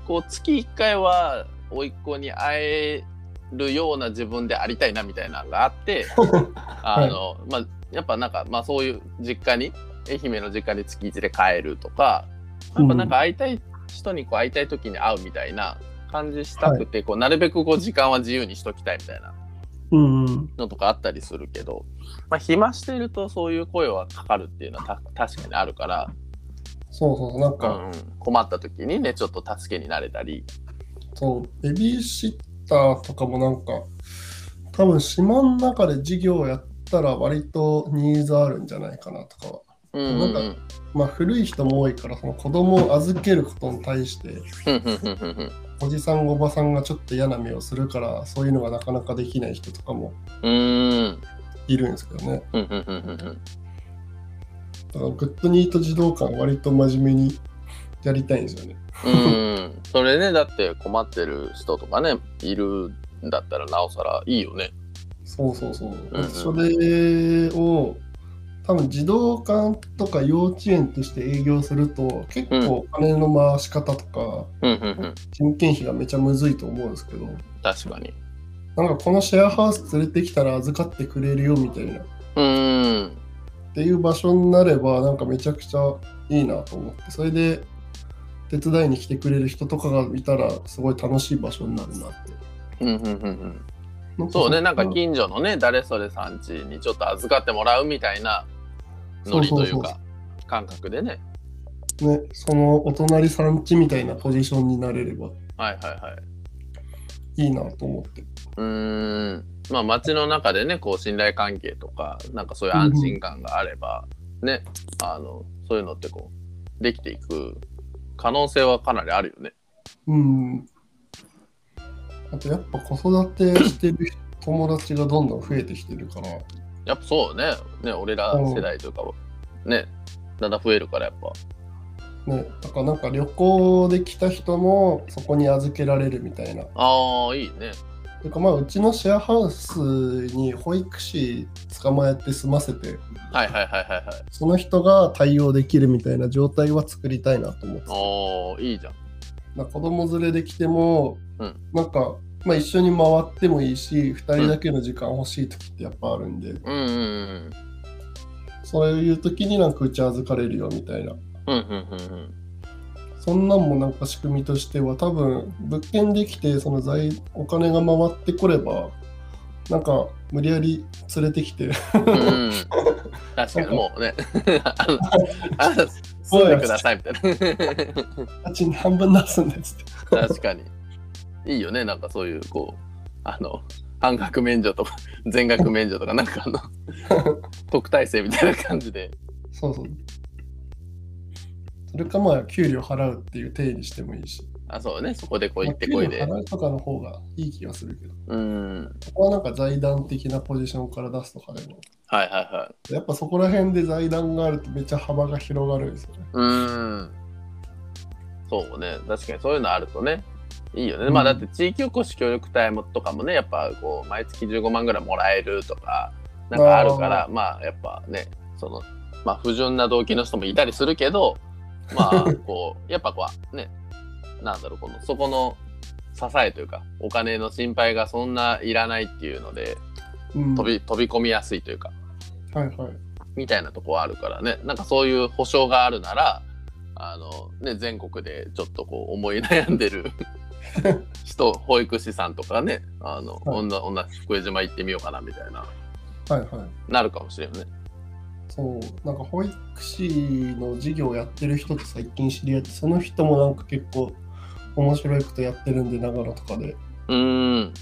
Speaker 2: こう、月1回は、甥っ子に会えるような自分でありたいなみたいなのが あって、あの、まあ、やっぱなんか、まあ、そういう実家に、愛媛の実家に月1で帰るとか、やっぱなんか会いたい人にこう会いたい時に会うみたいな感じしたくて、こうなるべくこう時間は自由にしときたいみたいな
Speaker 1: うんうん。
Speaker 2: のとかあったりするけど、まあ、暇してるとそういう声はかかるっていうのはた確かにあるから、
Speaker 1: そうそうそう。なん
Speaker 2: う
Speaker 1: か、
Speaker 2: んうん、困った時にねちょっと助けになれたり
Speaker 1: そうベビーシッターとかもなんか、多分島の中で授業をやったら割とニーズあるんじゃないかなとかは。
Speaker 2: うんう
Speaker 1: なん
Speaker 2: ん
Speaker 1: か
Speaker 2: うん
Speaker 1: まあ古い人も多いから、その子供を預けることに対して、
Speaker 2: ふんふんふんふんふん
Speaker 1: おじさんおばさんがちょっと嫌な目をするから、そういうのがなかなかできない人とかも
Speaker 2: うーん
Speaker 1: いるんですけどね。
Speaker 2: ふんふんふんふんふん
Speaker 1: だからグッドニート児童館割と真面目にやりたいんですよね。
Speaker 2: うんそれねだって困ってる人とかねいるんだったらなおさらいいよね。
Speaker 1: そうそうそう。
Speaker 2: うん
Speaker 1: それを多分児童館とか幼稚園として営業すると結構お金の回し方とか
Speaker 2: うんうんうん
Speaker 1: 人件費がめちゃむずいと思うんですけど
Speaker 2: 確かに。
Speaker 1: なんかこのシェアハウス連れてきたら預かってくれるよみたいなっ
Speaker 2: うーん
Speaker 1: ていう場所になればなんかめちゃくちゃいいなと思ってそれで手伝いに来てくれる人とかがいたらすごい楽しい場所になるなって。
Speaker 2: うんうんうんうんそうねなんか近所のね誰それさん家にちょっと預かってもらうみたいなノリという
Speaker 1: そうそうそ
Speaker 2: か感覚でね
Speaker 1: ね、そのお隣さんちみたいなポジションになれれば
Speaker 2: はいはいはいう
Speaker 1: いいなと思って。
Speaker 2: うーんまあ街の中でねこう信頼関係とかなんかそういう安心感があればねあのそういうのってこうできていく可能性はかなりあるよね
Speaker 1: うん。あとやっぱ子育てしてる友達がどんどん増えてきてるから、
Speaker 2: やっぱそうねね俺ら世代というかはねだんだん増えるからやっぱ
Speaker 1: ね、だからなんか旅行で来た人もそこに預けられるみたいな。
Speaker 2: ああいいね
Speaker 1: てかまあうちのシェアハウスに保育士捕まえて済ませて、
Speaker 2: はいはいはいはいはい
Speaker 1: その人が対応できるみたいな状態は作りたいなと思ってて。
Speaker 2: おーいいじゃん
Speaker 1: まあ子供連れで来ても、
Speaker 2: うん
Speaker 1: なんか、まあ、一緒に回ってもいいし2人だけの時間欲しい時ってやっぱあるんで、
Speaker 2: うんうんうん
Speaker 1: そういう時になんかうち預かれるよみたいな
Speaker 2: うんうんうんうん
Speaker 1: そんなんもなんか仕組みとしては多分物件できてその財お金が回ってこればなんか無理やり連れてきて
Speaker 2: うんうん確かにもうねあのあの 住んでくださいみたい
Speaker 1: 家賃半分出すんですって
Speaker 2: な確かにいいよねなんかそういうこうあの半額免除とか 全額免除とかなんか あの特待生みたいな感じで
Speaker 1: そうそうそれかまあ給料払うっていう定義してもいいし
Speaker 2: あそうねそこでこう
Speaker 1: ま
Speaker 2: 行
Speaker 1: あ
Speaker 2: って
Speaker 1: 給
Speaker 2: こ
Speaker 1: 料
Speaker 2: いで
Speaker 1: 払うとかの方がいい気がするけど
Speaker 2: うん
Speaker 1: ここはなんか財団的なポジションから出すとかでも
Speaker 2: はいはいはい
Speaker 1: やっぱそこら辺で財団があるとめっちゃ幅が広がるんですよね
Speaker 2: うんそうね確かにそういうのあるとねいいよね、
Speaker 1: うん
Speaker 2: まあだって地域おこし協力隊もとかもねやっぱこう毎月15万ぐらいもらえるとかなんかあるからまあやっぱねそのまあ不純な動機の人もいたりするけどまあこ うやっぱこうねなんだろうこのそこの支えというかお金の心配がそんないらないっていうので
Speaker 1: うん
Speaker 2: 飛び飛び込みやすいというか
Speaker 1: はいはい
Speaker 2: みたいなとこはあるからねなんかそういう保証があるならあの、ね、全国でちょっとこう思い悩んでる人保育士さんとかねあの、
Speaker 1: はい
Speaker 2: 女女福江島行ってみようかなみたいな
Speaker 1: はいはい
Speaker 2: なるかもしれんね。
Speaker 1: そうなんか保育士の授業をやってる人と最近知り合ってその人もなんか結構面白いことやってるんで長野とかで
Speaker 2: うーん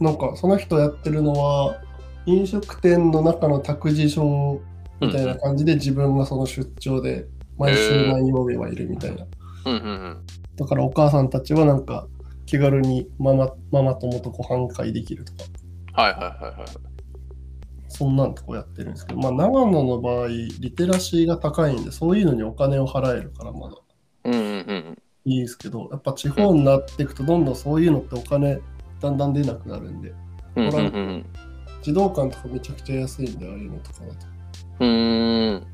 Speaker 1: なんかその人やってるのは飲食店の中の託児所みたいな感じで自分がその出張で毎週何曜日はいるみたいな
Speaker 2: うんうん
Speaker 1: だからお母さんたちはなんか気軽にママママ友とご飯会できるとか
Speaker 2: はいはいはいはい
Speaker 1: そんなんとこやってるんですけど、まあ、長野の場合リテラシーが高いんでそういうのにお金を払えるからまだ
Speaker 2: うんうんうん
Speaker 1: いいですけどやっぱ地方になっていくとどんどんそういうのってお金だんだん出なくなるんで
Speaker 2: うんうんうん
Speaker 1: 児童館とかめちゃくちゃ安いんでああいうのとかだと
Speaker 2: うんうん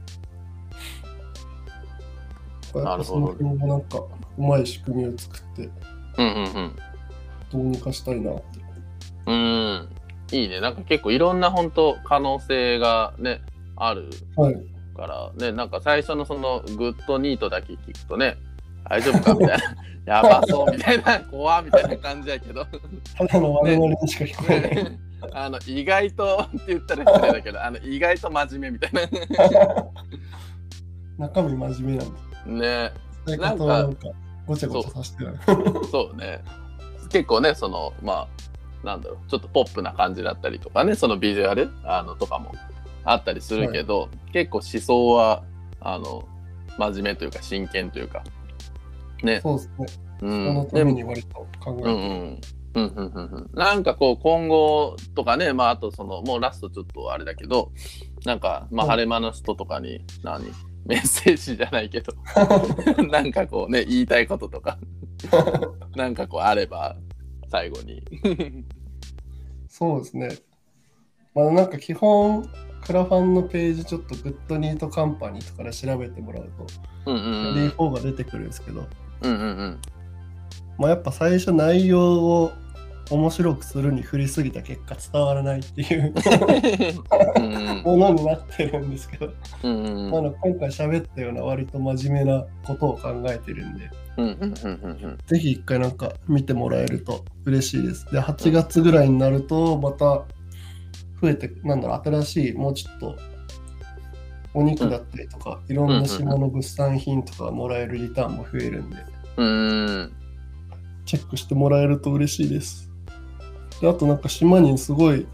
Speaker 1: やっぱその辺もなんかうまい仕組みを作って
Speaker 2: うんうん
Speaker 1: どうにかしたいなって
Speaker 2: うんうんいいねなんか結構いろんな本当可能性がねある
Speaker 1: はい
Speaker 2: からねなんか最初のそのグッドニートだけ聞くとね大丈夫か みたいなやばそうみたいな怖みたいな感じやけど
Speaker 1: ただの我々にしか聞こえない、
Speaker 2: ねあの意外とって言ったら失礼だけどあの意外と真面目みたい
Speaker 1: 中身真面目なんで
Speaker 2: なね
Speaker 1: 伝え方はなんかごちゃごちゃさせてない
Speaker 2: そうね結構ねそのまあなんだろうちょっとポップな感じだったりとかねそのビジュアルあのとかもあったりするけど、結構思想はあの真面目というか真剣というかね
Speaker 1: そうですね
Speaker 2: う
Speaker 1: 人の
Speaker 2: ん
Speaker 1: ために割と考え
Speaker 2: う
Speaker 1: て、
Speaker 2: んうんうんうんうんうんなんかこう今後とかねまああとそのもうラストちょっとあれだけどなんかまあ
Speaker 1: はい
Speaker 2: 晴れ間の人とかに何 メッセージじゃないけどなんかこうね言いたいこととかなんかこうあれば最後に
Speaker 1: そうですねまあなんか基本クラファンのページちょっとグッドニートカンパニーとかで調べてもらうと
Speaker 2: うんうんうん
Speaker 1: D4 が出てくるんですけど、
Speaker 2: うんうんうん
Speaker 1: まあ、やっぱ最初内容を面白くするに振りすぎた結果伝わらないっていう
Speaker 2: うんうん
Speaker 1: ものになってるんですけど、
Speaker 2: うんうん
Speaker 1: まあ、あの今回喋ったような割と真面目なことを考えてるんで
Speaker 2: うんうんうん
Speaker 1: ぜひ一回なんか見てもらえると嬉しいですで8月ぐらいになるとまた増えてなんだろう新しいもうちょっとお肉だったりとか、いろんな島の物産品とかもらえるリターンも増えるんで
Speaker 2: うん
Speaker 1: チェックしてもらえると嬉しいです。であとなんか島にすごい、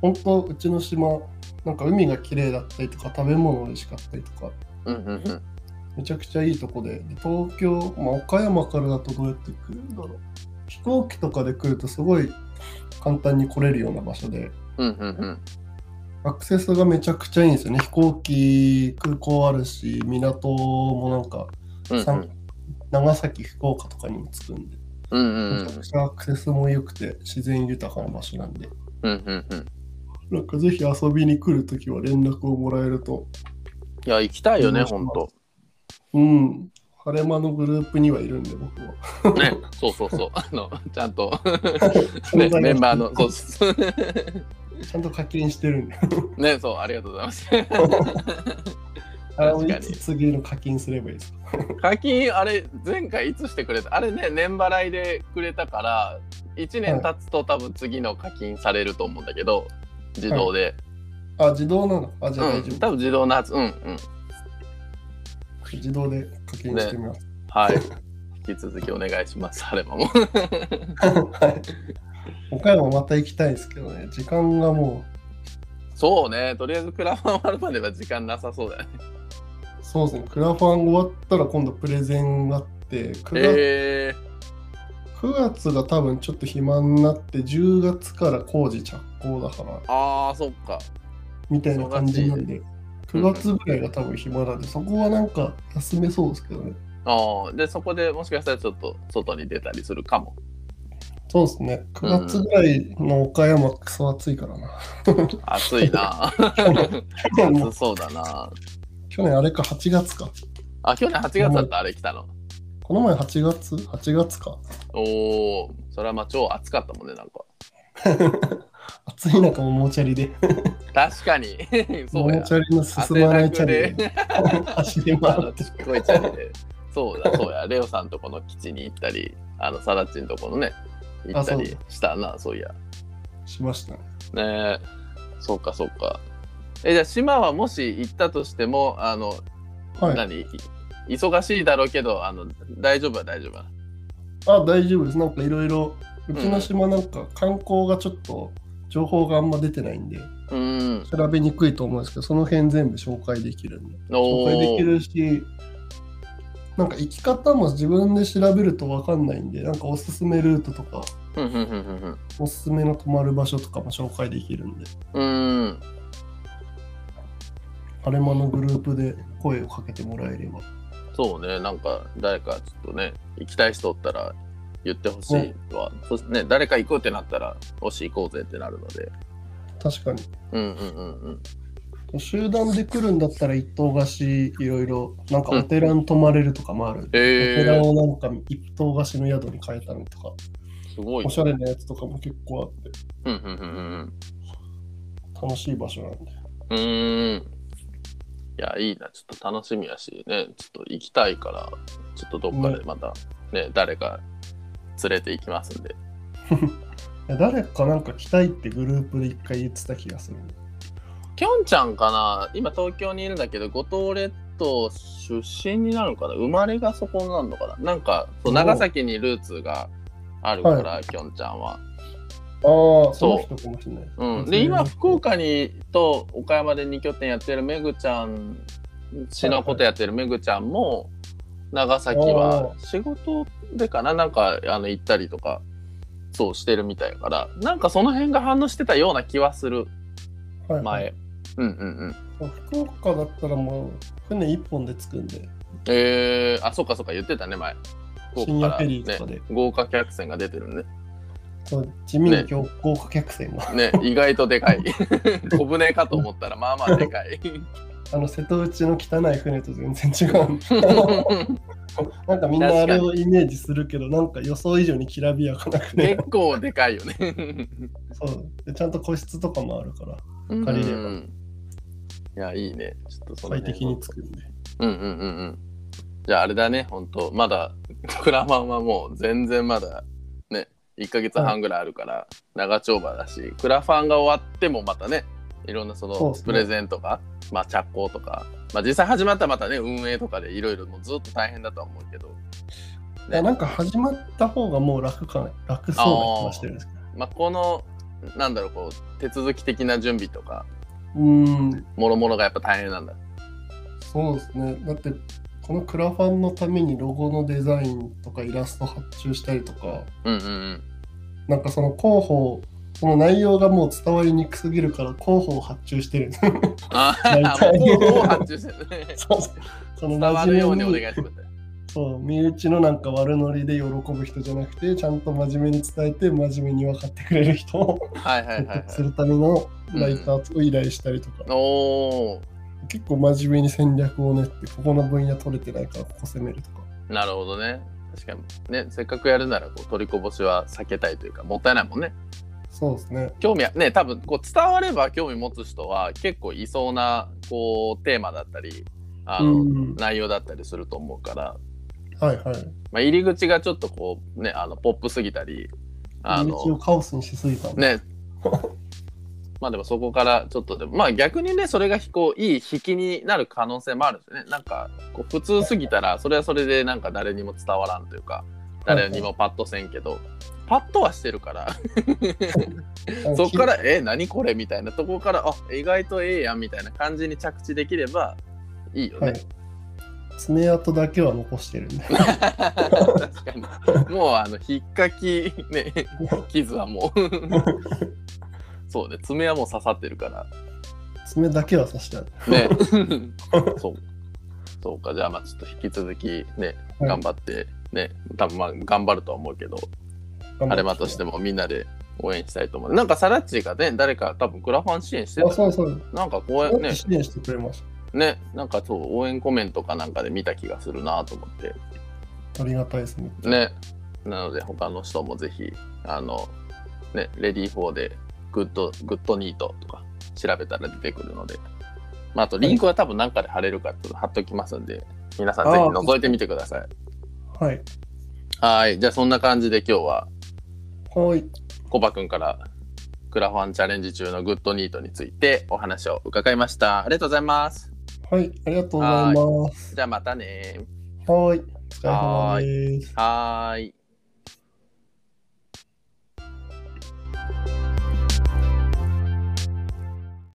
Speaker 1: 本当うちの島、なんか海が綺麗だったりとか、食べ物美味しかったりとか、
Speaker 2: うんうんうんうん
Speaker 1: めちゃくちゃいいとこで、で東京、まあ、岡山からだとどうやって来るんだろう。飛行機とかで来るとすごい簡単に来れるような場所で、
Speaker 2: うんうんうん
Speaker 1: アクセスがめちゃくちゃいいんですよね。飛行機、空港あるし、港もなんか、
Speaker 2: うん
Speaker 1: さん長崎、福岡とかにも着くんで。
Speaker 2: うんうん
Speaker 1: めちゃくちゃアクセスも良くて自然豊かな場所なんで、
Speaker 2: うんうんうん
Speaker 1: なんかぜひ遊びに来るときは連絡をもらえると、
Speaker 2: いや行きたいよねほんと
Speaker 1: うん、晴れ間のグループにはいるんで、僕は。
Speaker 2: ね、そうそ うそう、あの、ちゃんと、 ね
Speaker 1: 存在、が
Speaker 2: メンバーの、そうそうそう、
Speaker 1: ちゃんと課金してるんで、
Speaker 2: ね、そう、ありがとうございます。
Speaker 1: あれを
Speaker 2: 確か
Speaker 1: い
Speaker 2: に
Speaker 1: つ次の課金すればいいですか。
Speaker 2: 課金、あれ、前回いつしてくれた、あれね、年払いでくれたから、1年経つと多分次の課金されると思うんだけど、自動で。
Speaker 1: あ、自動なのあ、じゃあ大
Speaker 2: う
Speaker 1: 丈
Speaker 2: ん、多分自動のはず、うんうん。
Speaker 1: 夫。自動で課金してみます。
Speaker 2: はい。引き続きお願いします、あれも。
Speaker 1: はい岡山また行きたいですけどね、時間がも
Speaker 2: そうね、とりあえずクラファン終わるまでは時間なさそうだよね。
Speaker 1: う、そうですね、クラファン終わったら今度プレゼンがあって、9月
Speaker 2: え
Speaker 1: 9月が多分ちょっと暇になって10月から工事着工だから
Speaker 2: ー、あー、そっか。
Speaker 1: みたいな感じなんで
Speaker 2: 忙しい
Speaker 1: 9月ぐらいが多分暇なんでそこはなんか休めそうですけどね
Speaker 2: あーで、そこでもしかしたらちょっと外に出たりするかも。
Speaker 1: そうですね9月ぐらいの岡山クソ暑いからな
Speaker 2: 暑いな。
Speaker 1: 去年も
Speaker 2: 暑そうだな。
Speaker 1: 去年あれか8月か
Speaker 2: あ、去年8月だった、あれ来たの。
Speaker 1: この前8月8月か
Speaker 2: おお、それはまあ超暑かったもんね、なんか。
Speaker 1: 暑い中もモーチャリで
Speaker 2: 確かに。 そ
Speaker 1: モ
Speaker 2: う
Speaker 1: ー
Speaker 2: や。
Speaker 1: チャリの進まないチャリで走り
Speaker 2: あ
Speaker 1: 回
Speaker 2: の、
Speaker 1: って
Speaker 2: ちっこいチャリで。そうだ、そうや。レオさんとこの基地に行ったり、あの、サラッチンとこのね、行ったりしたな、そういや。
Speaker 1: しましたね
Speaker 2: ねえ、そうか、そうか。え、じゃあ、島はもし行ったとしても、あの、
Speaker 1: はい
Speaker 2: 何忙しいだろうけど、あの、大丈夫は大丈夫。
Speaker 1: あ、大丈夫です。なんかいろいろ、うち
Speaker 2: う
Speaker 1: の
Speaker 2: ん
Speaker 1: 島なんか観光がちょっと情報があんま出てないんで、
Speaker 2: うん。
Speaker 1: 調べにくいと思うんですけど、その辺全部紹介できるんで。紹介
Speaker 2: お
Speaker 1: でき
Speaker 2: ー
Speaker 1: るし、なんか行き方も自分で調べると分かんないんで、なんかおすすめルートとか、
Speaker 2: うんうんうん
Speaker 1: おすすめの泊まる場所とかも紹介できるんで、
Speaker 2: うんうん。うん。
Speaker 1: アレマのグループで声をかけてもらえれば。
Speaker 2: そうね、なんか誰かちょっとね、行きたい人おったら言ってほしいわ。そしてね、誰か行こうってなったら、おし行こうぜってなるので。
Speaker 1: 確かに。
Speaker 2: うんうんうん
Speaker 1: 集団で来るんだったら一棟貸しいろいろなんかお寺に泊まれるとかもある、んで、お
Speaker 2: え
Speaker 1: 寺
Speaker 2: ー
Speaker 1: をなんか一棟貸しの宿に変えたのとか
Speaker 2: うん。すごい
Speaker 1: お。しゃれなやつとかも結構あって
Speaker 2: うんうんうんうん
Speaker 1: 楽しい場所なんで
Speaker 2: うん。うーん。いや、いいな。ちょっと楽しみやし、ね、ちょっと行きたいから、ちょっとどっかでまた、ね、誰か連れて行きますんで。
Speaker 1: いや誰かなんか来たいってグループで一回言ってた気がする
Speaker 2: きょんちゃんかな今東京にいるんだけど五島列島出身になるのかな生まれがそこになるのかななんかそう
Speaker 1: お
Speaker 2: 長崎にルーツがあるから、
Speaker 1: は
Speaker 2: きょんちゃんは。
Speaker 1: ああ
Speaker 2: そ
Speaker 1: そうう人かもしれない、
Speaker 2: うん、で今福岡にと岡山で2拠点やってるめぐちゃん詩のことやってるめぐちゃんも長崎は仕事でかななんかあの行ったりとかそうしてるみたいだからなんかその辺が反応してたような気はする
Speaker 1: はいはい、
Speaker 2: 前。うんうんうん
Speaker 1: 福岡だったらもう船一本で着くんで
Speaker 2: えー、あ、そうかそうか言ってたね、前。
Speaker 1: 深夜フェリーとか
Speaker 2: ね、
Speaker 1: で、
Speaker 2: 豪華客船が出てるね。
Speaker 1: そう地味に今日豪華客船が、
Speaker 2: ね、意外とで かい。小舟かと思ったら、まあまあでかい。
Speaker 1: あの瀬戸内の汚い船と全然違 うんでなんかみんなあれをイメージするけど、なんか予想以上にきらびやかなくね。
Speaker 2: 結構でかいよね。
Speaker 1: そうでちゃんと個室とかもあるから、
Speaker 2: うん
Speaker 1: 借りれば
Speaker 2: いや、いいね。ちょっとその
Speaker 1: 快
Speaker 2: 辺
Speaker 1: 適に作るんで。
Speaker 2: うんうんうんうん。じゃああれだね、本当まだ、 クラマンはもう全然まだ、ね、1ヶ月半ぐらいあるから、長丁場だし、クラファンが終わってもまたね、いろんなそ
Speaker 1: そう
Speaker 2: の
Speaker 1: っすね
Speaker 2: プレゼンとか、まあ着工とか、まあ実際始まったらまたね、運営とかでいろいろもうずっと大変だとは思うけど、
Speaker 1: いやなんか始まった方がもう楽かな、楽そうな気がしてるんですけど。
Speaker 2: まあこの、なんだろう、こう、手続き的な準備とか、
Speaker 1: うーん、
Speaker 2: もろもろがやっぱ大変なんだ。
Speaker 1: そうですね。だって、このクラファンのためにロゴのデザインとかイラスト発注したりとか、
Speaker 2: うんうんうん。
Speaker 1: なんかその広報、その内容がもう伝わりにくすぎるから広報を発注してるんです。
Speaker 2: あ
Speaker 1: 大
Speaker 2: あ、
Speaker 1: 体
Speaker 2: もうもう発注してるね。
Speaker 1: そうそう その
Speaker 2: 伝
Speaker 1: 馴
Speaker 2: わるよ
Speaker 1: 染み
Speaker 2: うにお
Speaker 1: に
Speaker 2: 願いしてください。
Speaker 1: そう身内のなんか悪ノリで喜ぶ人じゃなくてちゃんと真面目に伝えて真面目に分かってくれる人を
Speaker 2: はいはいは
Speaker 1: 説
Speaker 2: い、はい
Speaker 1: 得。するためのライターを依頼したりとか、
Speaker 2: おお
Speaker 1: 結構真面目に戦略を練ってここの分野取れてないからここ攻めるとか
Speaker 2: なるほどね確かにねせっかくやるならこう取りこぼしは避けたいというかもったいないもんね
Speaker 1: そうですね
Speaker 2: 興味はね多分こう伝われば興味持つ人は結構いそうなこうテーマだったりあ
Speaker 1: う
Speaker 2: の、
Speaker 1: ん
Speaker 2: 内容だったりすると思うから、
Speaker 1: はいはい
Speaker 2: まあ、入り口がちょっとこうねあのポップすぎたりあ
Speaker 1: 身
Speaker 2: の
Speaker 1: 内をカオスにしすぎたんで、
Speaker 2: ねまあでもそこからちょっとでもまあ逆にねそれがこういい引きになる可能性もあるんですよねなんかこう普通すぎたらそれはそれでなんか誰にも伝わらんというか誰にもパッとせんけどパッとはしてるから
Speaker 1: なん
Speaker 2: そっから「え何これ?」みたいなとこから「あ意外とええやん」みたいな感じに着地できればいいよ
Speaker 1: は
Speaker 2: ね
Speaker 1: い、爪痕だけは残してるんで
Speaker 2: 確かにもうあの引っかき ね傷はもうそうね爪はもう刺さってるから
Speaker 1: 爪だけは刺してある
Speaker 2: ねそうそうかじゃあまあちょっと引き続きね
Speaker 1: はい
Speaker 2: 頑張ってね、多分まあ頑張るとは思うけど
Speaker 1: 頑張
Speaker 2: ア
Speaker 1: って
Speaker 2: レマとしてもみんなで応援したいと思うなんかサラッチがね誰か多分クラファン支援して
Speaker 1: あ
Speaker 2: た
Speaker 1: そうそう
Speaker 2: なんか応援ね
Speaker 1: 支援してくれまし
Speaker 2: ねなんかそう応援コメントかなんかで見た気がするなと思って
Speaker 1: たありがたいですね
Speaker 2: ねなので他の人もぜひあのねレディー4でグッドグッドニートとか調べたら出てくるので、まあ、あとリンクは多分何かで貼れるからちょっと貼っときますんで皆さんぜひ覗いてみてください
Speaker 1: はい
Speaker 2: はいじゃあそんな感じで今日は
Speaker 1: はい
Speaker 2: コバくんからクラファンチャレンジ中のグッドニートについてお話を伺いましたありがとうございます
Speaker 1: はいありがとうございます
Speaker 2: じゃあまたね
Speaker 1: はいお疲れ様です
Speaker 2: はーい